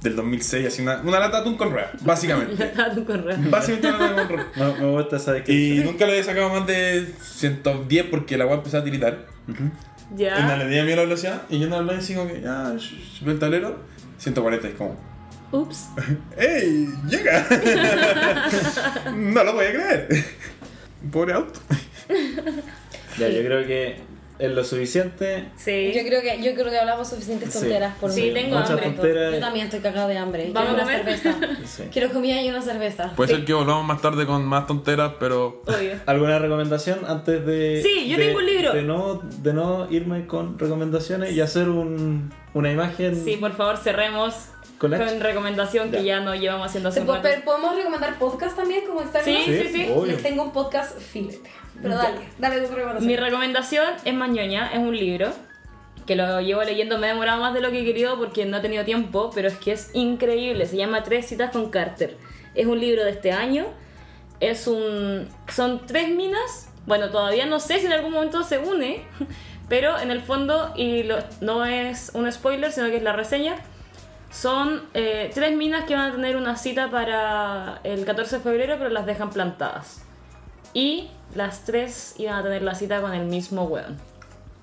[SPEAKER 4] del 2006, así una, una lata de atún con ruedas, básicamente.
[SPEAKER 2] Ah, tu correo.
[SPEAKER 4] básicamente una lata de atún con ruedas.
[SPEAKER 1] Me, me gusta esa
[SPEAKER 4] Y
[SPEAKER 1] descripción.
[SPEAKER 4] nunca le he sacado más de 110 porque la agua empezó a tiritar. Y no
[SPEAKER 2] Ya.
[SPEAKER 4] le tenía miedo a la velocidad. Y yo no hablaba así como que, ya, sh- sh- veo el tablero, 140. Y es como,
[SPEAKER 2] Ups.
[SPEAKER 4] ¡Ey! ¡Llega! no lo voy a creer. Pobre auto.
[SPEAKER 1] Ya, yo creo que es lo suficiente.
[SPEAKER 2] Sí.
[SPEAKER 3] Yo creo que, yo creo que hablamos suficientes
[SPEAKER 1] Sí.
[SPEAKER 3] tonteras por
[SPEAKER 2] Sí,
[SPEAKER 3] mí.
[SPEAKER 2] tengo
[SPEAKER 1] muchas
[SPEAKER 2] hambre.
[SPEAKER 1] tonteras.
[SPEAKER 3] Yo también estoy cagada de hambre.
[SPEAKER 2] ¿Vamos
[SPEAKER 3] Quiero
[SPEAKER 2] a
[SPEAKER 3] una
[SPEAKER 2] comer?
[SPEAKER 3] cerveza.
[SPEAKER 1] Sí.
[SPEAKER 3] Quiero comida y una cerveza.
[SPEAKER 4] Puede ser que volvamos más tarde con más tonteras, pero
[SPEAKER 2] Obvio.
[SPEAKER 1] ¿Alguna recomendación antes de.
[SPEAKER 2] Sí, yo
[SPEAKER 1] de-
[SPEAKER 2] tengo un libro.
[SPEAKER 1] De no, de no irme con recomendaciones y hacer un, una imagen.
[SPEAKER 2] Sí, por favor, cerremos
[SPEAKER 1] ¿Con
[SPEAKER 2] con,
[SPEAKER 1] la-
[SPEAKER 2] recomendación que
[SPEAKER 1] Ya.
[SPEAKER 2] ya no llevamos haciendo hace
[SPEAKER 3] ¿Se
[SPEAKER 2] un
[SPEAKER 3] po-
[SPEAKER 2] rato.
[SPEAKER 3] pero ¿Podemos recomendar podcast también como Instagram?
[SPEAKER 2] Sí,
[SPEAKER 1] Sí,
[SPEAKER 2] sí, sí.
[SPEAKER 1] obvio.
[SPEAKER 3] Les tengo un podcast filete. Pero dale, dale tu recomendación.
[SPEAKER 2] Mi recomendación es Mañoña, es un libro que lo llevo leyendo, me he demorado más de lo que he querido porque no he tenido tiempo, pero es que es increíble, se llama Tres citas con Carter. Es un libro de este año, es un son tres minas, bueno, todavía no sé si en algún momento se une, pero en el fondo y lo- no es un spoiler, sino que es la reseña. Son eh, tres minas que van a tener una cita para el 14 de febrero, pero las dejan plantadas. Y las tres iban a tener la cita con el mismo weón.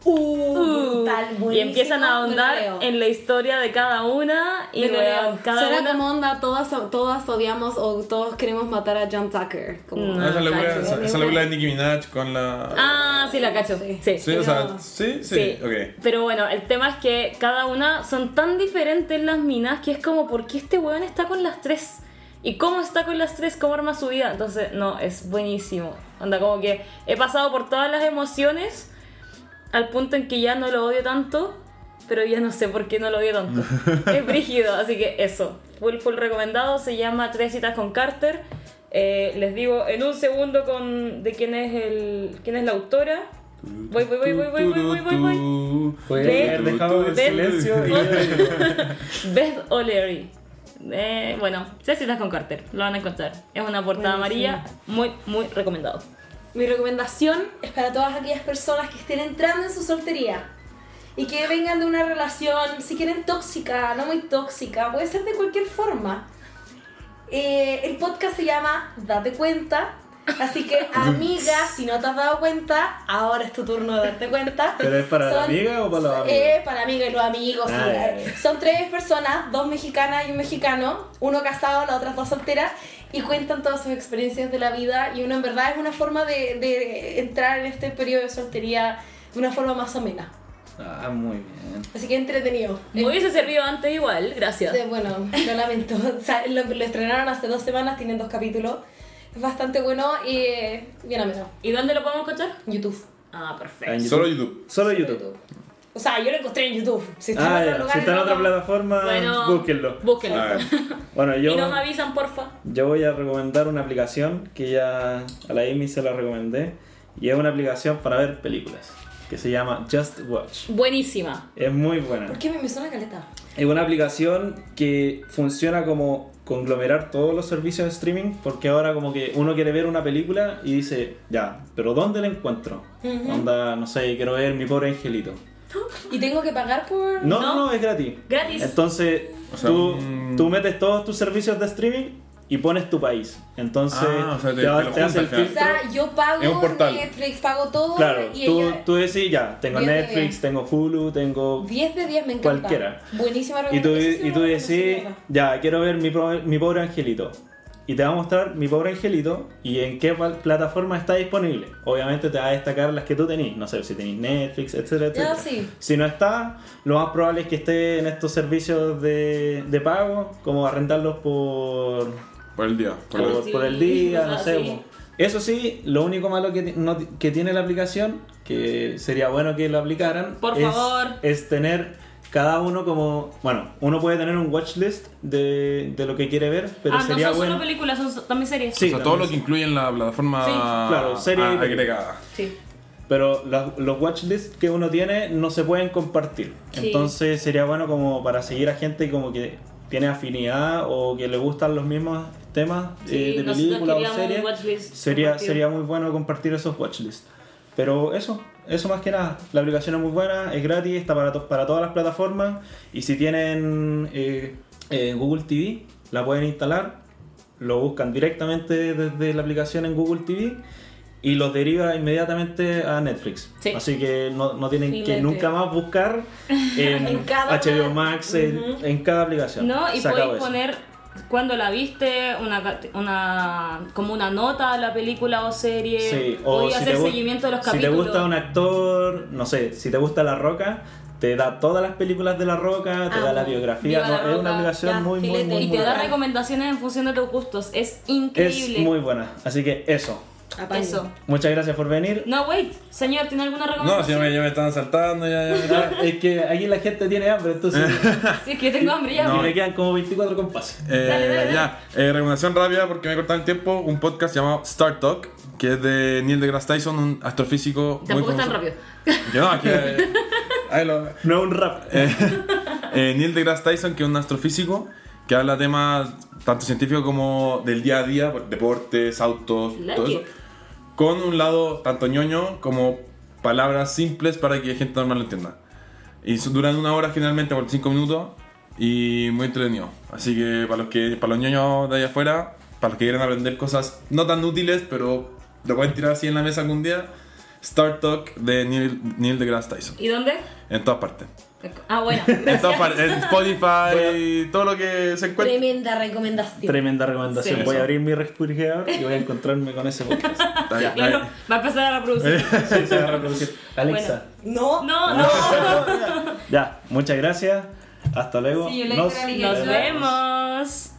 [SPEAKER 3] Uh, brutal,
[SPEAKER 2] y
[SPEAKER 3] buenísimo.
[SPEAKER 2] empiezan a
[SPEAKER 3] Me lo
[SPEAKER 2] ahondar
[SPEAKER 3] leo.
[SPEAKER 2] en la historia de cada una. Y
[SPEAKER 3] Me lo
[SPEAKER 2] weón,
[SPEAKER 3] leo.
[SPEAKER 2] cada
[SPEAKER 3] Será
[SPEAKER 2] una.
[SPEAKER 3] como onda, todas, todas odiamos o todos queremos matar a John Tucker. Como...
[SPEAKER 2] No. Ah,
[SPEAKER 4] esa es la
[SPEAKER 2] cacho,
[SPEAKER 4] wea- esa- esa
[SPEAKER 3] de
[SPEAKER 4] es la
[SPEAKER 3] una.
[SPEAKER 4] wea de Nicki Minaj con la.
[SPEAKER 2] Ah, sí, la cacho.
[SPEAKER 3] Sí.
[SPEAKER 2] Sí.
[SPEAKER 4] sí, o sea,
[SPEAKER 3] no.
[SPEAKER 4] sí, sí,
[SPEAKER 2] Sí.
[SPEAKER 4] ok.
[SPEAKER 2] Pero bueno, el tema es que cada una son tan diferentes las minas que es como, ¿por qué este weón está con las tres? ¿Y cómo está con las tres? ¿Cómo arma su vida? Entonces, no, es buenísimo. Onda, como que he pasado por todas las emociones al punto en que ya no lo odio tanto, pero ya no sé por qué no lo odio tanto. es brígido, así que eso. Full, full recomendado. Se llama Tres citas con Carter. Eh, les digo en un segundo con de quién es el quién es la autora. Voy, voy, voy, voy, voy, voy, voy, voy, voy.
[SPEAKER 1] Pueden
[SPEAKER 2] Ve-
[SPEAKER 1] haber dejado el
[SPEAKER 2] Ve-
[SPEAKER 1] silencio y.
[SPEAKER 2] Beth O'Leary. Eh, bueno, tres citas con Carter, lo van a encontrar. Es una portada
[SPEAKER 3] Buenísimo.
[SPEAKER 2] amarilla, muy, muy recomendado.
[SPEAKER 3] Mi recomendación es para todas aquellas personas que estén entrando en su soltería y que vengan de una relación, si quieren tóxica, no muy tóxica, puede ser de cualquier forma. Eh, el podcast se llama Date cuenta. Así que, amiga, si no te has dado cuenta, ahora es tu turno de darte cuenta.
[SPEAKER 1] ¿Pero es para la amiga o para los amigos?
[SPEAKER 3] Eh, para amiga y los amigos. sí.
[SPEAKER 1] Ah, ya, ya.
[SPEAKER 3] Son tres personas, dos mexicanas y un mexicano, uno casado, las otras dos solteras, y cuentan todas sus experiencias de la vida. Y uno en verdad es una forma de, de entrar en este periodo de soltería de una forma más amena.
[SPEAKER 1] Ah, muy bien.
[SPEAKER 3] Así que entretenido.
[SPEAKER 2] Me hubiese servido antes igual, gracias.
[SPEAKER 3] Este, bueno, lo lamento. O sea, lo, lo estrenaron hace dos semanas, tienen dos capítulos. Es bastante bueno y eh, bien ameno.
[SPEAKER 2] ¿Y dónde lo podemos escuchar?
[SPEAKER 3] YouTube.
[SPEAKER 2] Ah, perfecto.
[SPEAKER 1] En
[SPEAKER 4] Solo YouTube.
[SPEAKER 1] Solo YouTube.
[SPEAKER 3] O sea, yo lo encontré en YouTube. Si está
[SPEAKER 1] Ah,
[SPEAKER 3] en
[SPEAKER 1] ya.
[SPEAKER 3] otro lugar,
[SPEAKER 1] Si está en
[SPEAKER 3] no-
[SPEAKER 1] otra plataforma,
[SPEAKER 2] Ah, Bueno,
[SPEAKER 1] búsquenlo.
[SPEAKER 2] Búsquenlo.
[SPEAKER 4] A ver,
[SPEAKER 1] Bueno, yo.
[SPEAKER 2] Y nos avisan, porfa.
[SPEAKER 1] Yo voy a recomendar una aplicación que ya a la Amy se la recomendé y es una aplicación para ver películas que se llama Just Watch.
[SPEAKER 2] Buenísima.
[SPEAKER 1] Es muy buena.
[SPEAKER 3] ¿Por qué me, me suena caleta?
[SPEAKER 1] Es una aplicación que funciona como conglomerar todos los servicios de streaming porque ahora como que uno quiere ver una película y dice, ya, pero ¿dónde la encuentro? Onda, no sé, quiero ver Mi Pobre Angelito.
[SPEAKER 3] ¿Y tengo que pagar por...?
[SPEAKER 1] No, no,
[SPEAKER 2] No.
[SPEAKER 1] no, es gratis.
[SPEAKER 2] Gratis.
[SPEAKER 1] Entonces,
[SPEAKER 4] O sea,
[SPEAKER 1] tú,
[SPEAKER 4] mm.
[SPEAKER 1] tú metes todos tus servicios de streaming y pones tu país. Entonces,
[SPEAKER 4] Ah, o sea, te-
[SPEAKER 1] va-
[SPEAKER 4] te lo junta
[SPEAKER 1] hace el
[SPEAKER 4] al final.
[SPEAKER 3] O
[SPEAKER 1] filtro.
[SPEAKER 3] sea, yo pago
[SPEAKER 4] Es un portal.
[SPEAKER 3] Netflix, pago todo
[SPEAKER 1] Claro,
[SPEAKER 3] y
[SPEAKER 1] tú,
[SPEAKER 3] ella-
[SPEAKER 1] tú decís ya, tengo
[SPEAKER 3] Diez de
[SPEAKER 1] Netflix,
[SPEAKER 3] diez.
[SPEAKER 1] tengo Hulu, tengo...
[SPEAKER 3] 10 de 10 me encanta.
[SPEAKER 1] Cualquiera.
[SPEAKER 3] Buenísima
[SPEAKER 1] Y tú,
[SPEAKER 3] recomendación.
[SPEAKER 1] y tú decís, ya, quiero ver mi, Pro- mi pobre angelito. Y te va a mostrar mi pobre angelito y en qué pal- plataforma está disponible. Obviamente te va a destacar las que tú tenés, no sé si tenés Netflix, etcétera,
[SPEAKER 3] Ya,
[SPEAKER 1] etcétera.
[SPEAKER 3] sí.
[SPEAKER 1] Si no está, lo más probable es que esté en estos servicios de, de pago, como arrendarlos por,
[SPEAKER 4] por el día. Por
[SPEAKER 1] por,
[SPEAKER 4] la-
[SPEAKER 1] por el día, no
[SPEAKER 2] cosas
[SPEAKER 1] sé.
[SPEAKER 2] así.
[SPEAKER 1] po. Eso sí, lo único malo que, ti- no ti- que tiene la aplicación, que sería bueno que lo aplicaran,
[SPEAKER 2] Por
[SPEAKER 1] es,
[SPEAKER 2] favor.
[SPEAKER 1] es tener cada uno como... Bueno, uno puede tener un watchlist de, de lo que quiere ver, pero
[SPEAKER 2] ah,
[SPEAKER 1] sería
[SPEAKER 2] no son
[SPEAKER 1] bueno...
[SPEAKER 2] solo películas, son so- también series.
[SPEAKER 1] Sí.
[SPEAKER 4] o sea, todo lo que incluye en la plataforma
[SPEAKER 2] Sí.
[SPEAKER 1] Claro, serie
[SPEAKER 4] a-
[SPEAKER 1] y-
[SPEAKER 4] agregada.
[SPEAKER 2] Sí.
[SPEAKER 1] Pero la- los watchlists que uno tiene no se pueden compartir.
[SPEAKER 2] Sí.
[SPEAKER 1] Entonces sería bueno como para seguir a gente como que tiene afinidad o que le gustan los mismos temas
[SPEAKER 2] Sí,
[SPEAKER 1] eh, de
[SPEAKER 2] nosotros
[SPEAKER 1] película o
[SPEAKER 2] queríamos
[SPEAKER 1] serie.
[SPEAKER 2] un watchlist
[SPEAKER 1] Sería,
[SPEAKER 2] compartido.
[SPEAKER 1] sería muy bueno compartir esos watchlists. Pero eso, eso más que nada. La aplicación es muy buena, es gratis, está para, to- para todas las plataformas. Y si tienen eh, eh, Google TV, la pueden instalar. Lo buscan directamente desde la aplicación en Google TV y los deriva inmediatamente a Netflix.
[SPEAKER 2] Sí.
[SPEAKER 1] Así que no, no tienen que
[SPEAKER 2] Filete.
[SPEAKER 1] nunca más buscar en,
[SPEAKER 3] En cada
[SPEAKER 1] HBO
[SPEAKER 3] una.
[SPEAKER 1] Max, en, en cada aplicación.
[SPEAKER 2] No, y
[SPEAKER 1] Se acabó
[SPEAKER 2] podéis
[SPEAKER 1] eso.
[SPEAKER 2] poner cuándo la viste, una, una, como una nota a la película o serie,
[SPEAKER 1] Sí,
[SPEAKER 2] o
[SPEAKER 1] o
[SPEAKER 2] ir a
[SPEAKER 1] si
[SPEAKER 2] hacer
[SPEAKER 1] te gu-
[SPEAKER 2] seguimiento de los
[SPEAKER 1] Si te
[SPEAKER 2] capítulos.
[SPEAKER 1] gusta un actor, no sé, si te gusta La Roca, te da todas las películas de La Roca, te
[SPEAKER 3] Ah,
[SPEAKER 1] da la biografía.
[SPEAKER 2] viva
[SPEAKER 1] no,
[SPEAKER 2] La
[SPEAKER 1] es una
[SPEAKER 2] Roca,
[SPEAKER 1] aplicación
[SPEAKER 3] ya,
[SPEAKER 1] muy, muy,
[SPEAKER 3] filete.
[SPEAKER 1] muy,
[SPEAKER 2] y
[SPEAKER 1] muy
[SPEAKER 2] te da
[SPEAKER 1] buena.
[SPEAKER 2] recomendaciones en función de tus gustos, es
[SPEAKER 1] Es
[SPEAKER 2] increíble.
[SPEAKER 1] muy buena. Así que eso.
[SPEAKER 3] Apaño.
[SPEAKER 2] Eso.
[SPEAKER 1] Muchas gracias por venir.
[SPEAKER 2] No, wait, señor, ¿tiene alguna
[SPEAKER 4] No, si ya
[SPEAKER 2] recomendación?
[SPEAKER 4] me, ya me estaban saltando, ya, ya, ya.
[SPEAKER 1] Es que aquí la gente tiene hambre, entonces
[SPEAKER 2] Sí, es que yo tengo hambre ya.
[SPEAKER 1] y me quedan como 24 compases.
[SPEAKER 4] Eh,
[SPEAKER 2] Dale, dale, dale.
[SPEAKER 4] Ya, Eh, recomendación rápida porque me he cortado el tiempo. Un podcast llamado Star Talk, que es de Neil deGrasse Tyson, un astrofísico. muy
[SPEAKER 2] Tampoco es tan
[SPEAKER 4] famoso.
[SPEAKER 2] rápido.
[SPEAKER 4] Yo no, aquí. eh, ahí lo-
[SPEAKER 1] No un rap.
[SPEAKER 4] Eh, eh, Neil deGrasse Tyson, que es un astrofísico, que habla temas tanto científicos como del día a día, deportes, autos,
[SPEAKER 2] Like
[SPEAKER 4] todo eso.
[SPEAKER 2] it.
[SPEAKER 4] Con un lado tanto ñoño como palabras simples para que gente normal lo entienda. Y su- duran una hora generalmente, 45 minutos, y muy entretenido. Así que para los, que, para los ñoños de allá afuera, para los que quieran aprender cosas no tan útiles, pero lo pueden tirar así en la mesa algún día, Star Talk de Neil, Neil deGrasse Tyson.
[SPEAKER 2] ¿Y dónde?
[SPEAKER 4] En todas partes.
[SPEAKER 2] Ah, bueno.
[SPEAKER 4] En todas partes, en Spotify, todo lo que se encuentre.
[SPEAKER 3] Tremenda recomendación.
[SPEAKER 1] Tremenda recomendación.
[SPEAKER 2] Sí.
[SPEAKER 1] Voy a abrir mi refrigerador y voy a encontrarme con ese podcast.
[SPEAKER 4] Está bien,
[SPEAKER 2] Claro,
[SPEAKER 4] ahí.
[SPEAKER 2] va a empezar a
[SPEAKER 4] Eh.
[SPEAKER 2] reproducir.
[SPEAKER 1] Sí, se va a reproducir. Alexa.
[SPEAKER 3] no,
[SPEAKER 2] No, no.
[SPEAKER 1] Ya, muchas gracias. Hasta luego.
[SPEAKER 3] See you later,
[SPEAKER 1] Nos
[SPEAKER 3] alligator.
[SPEAKER 2] Nos vemos.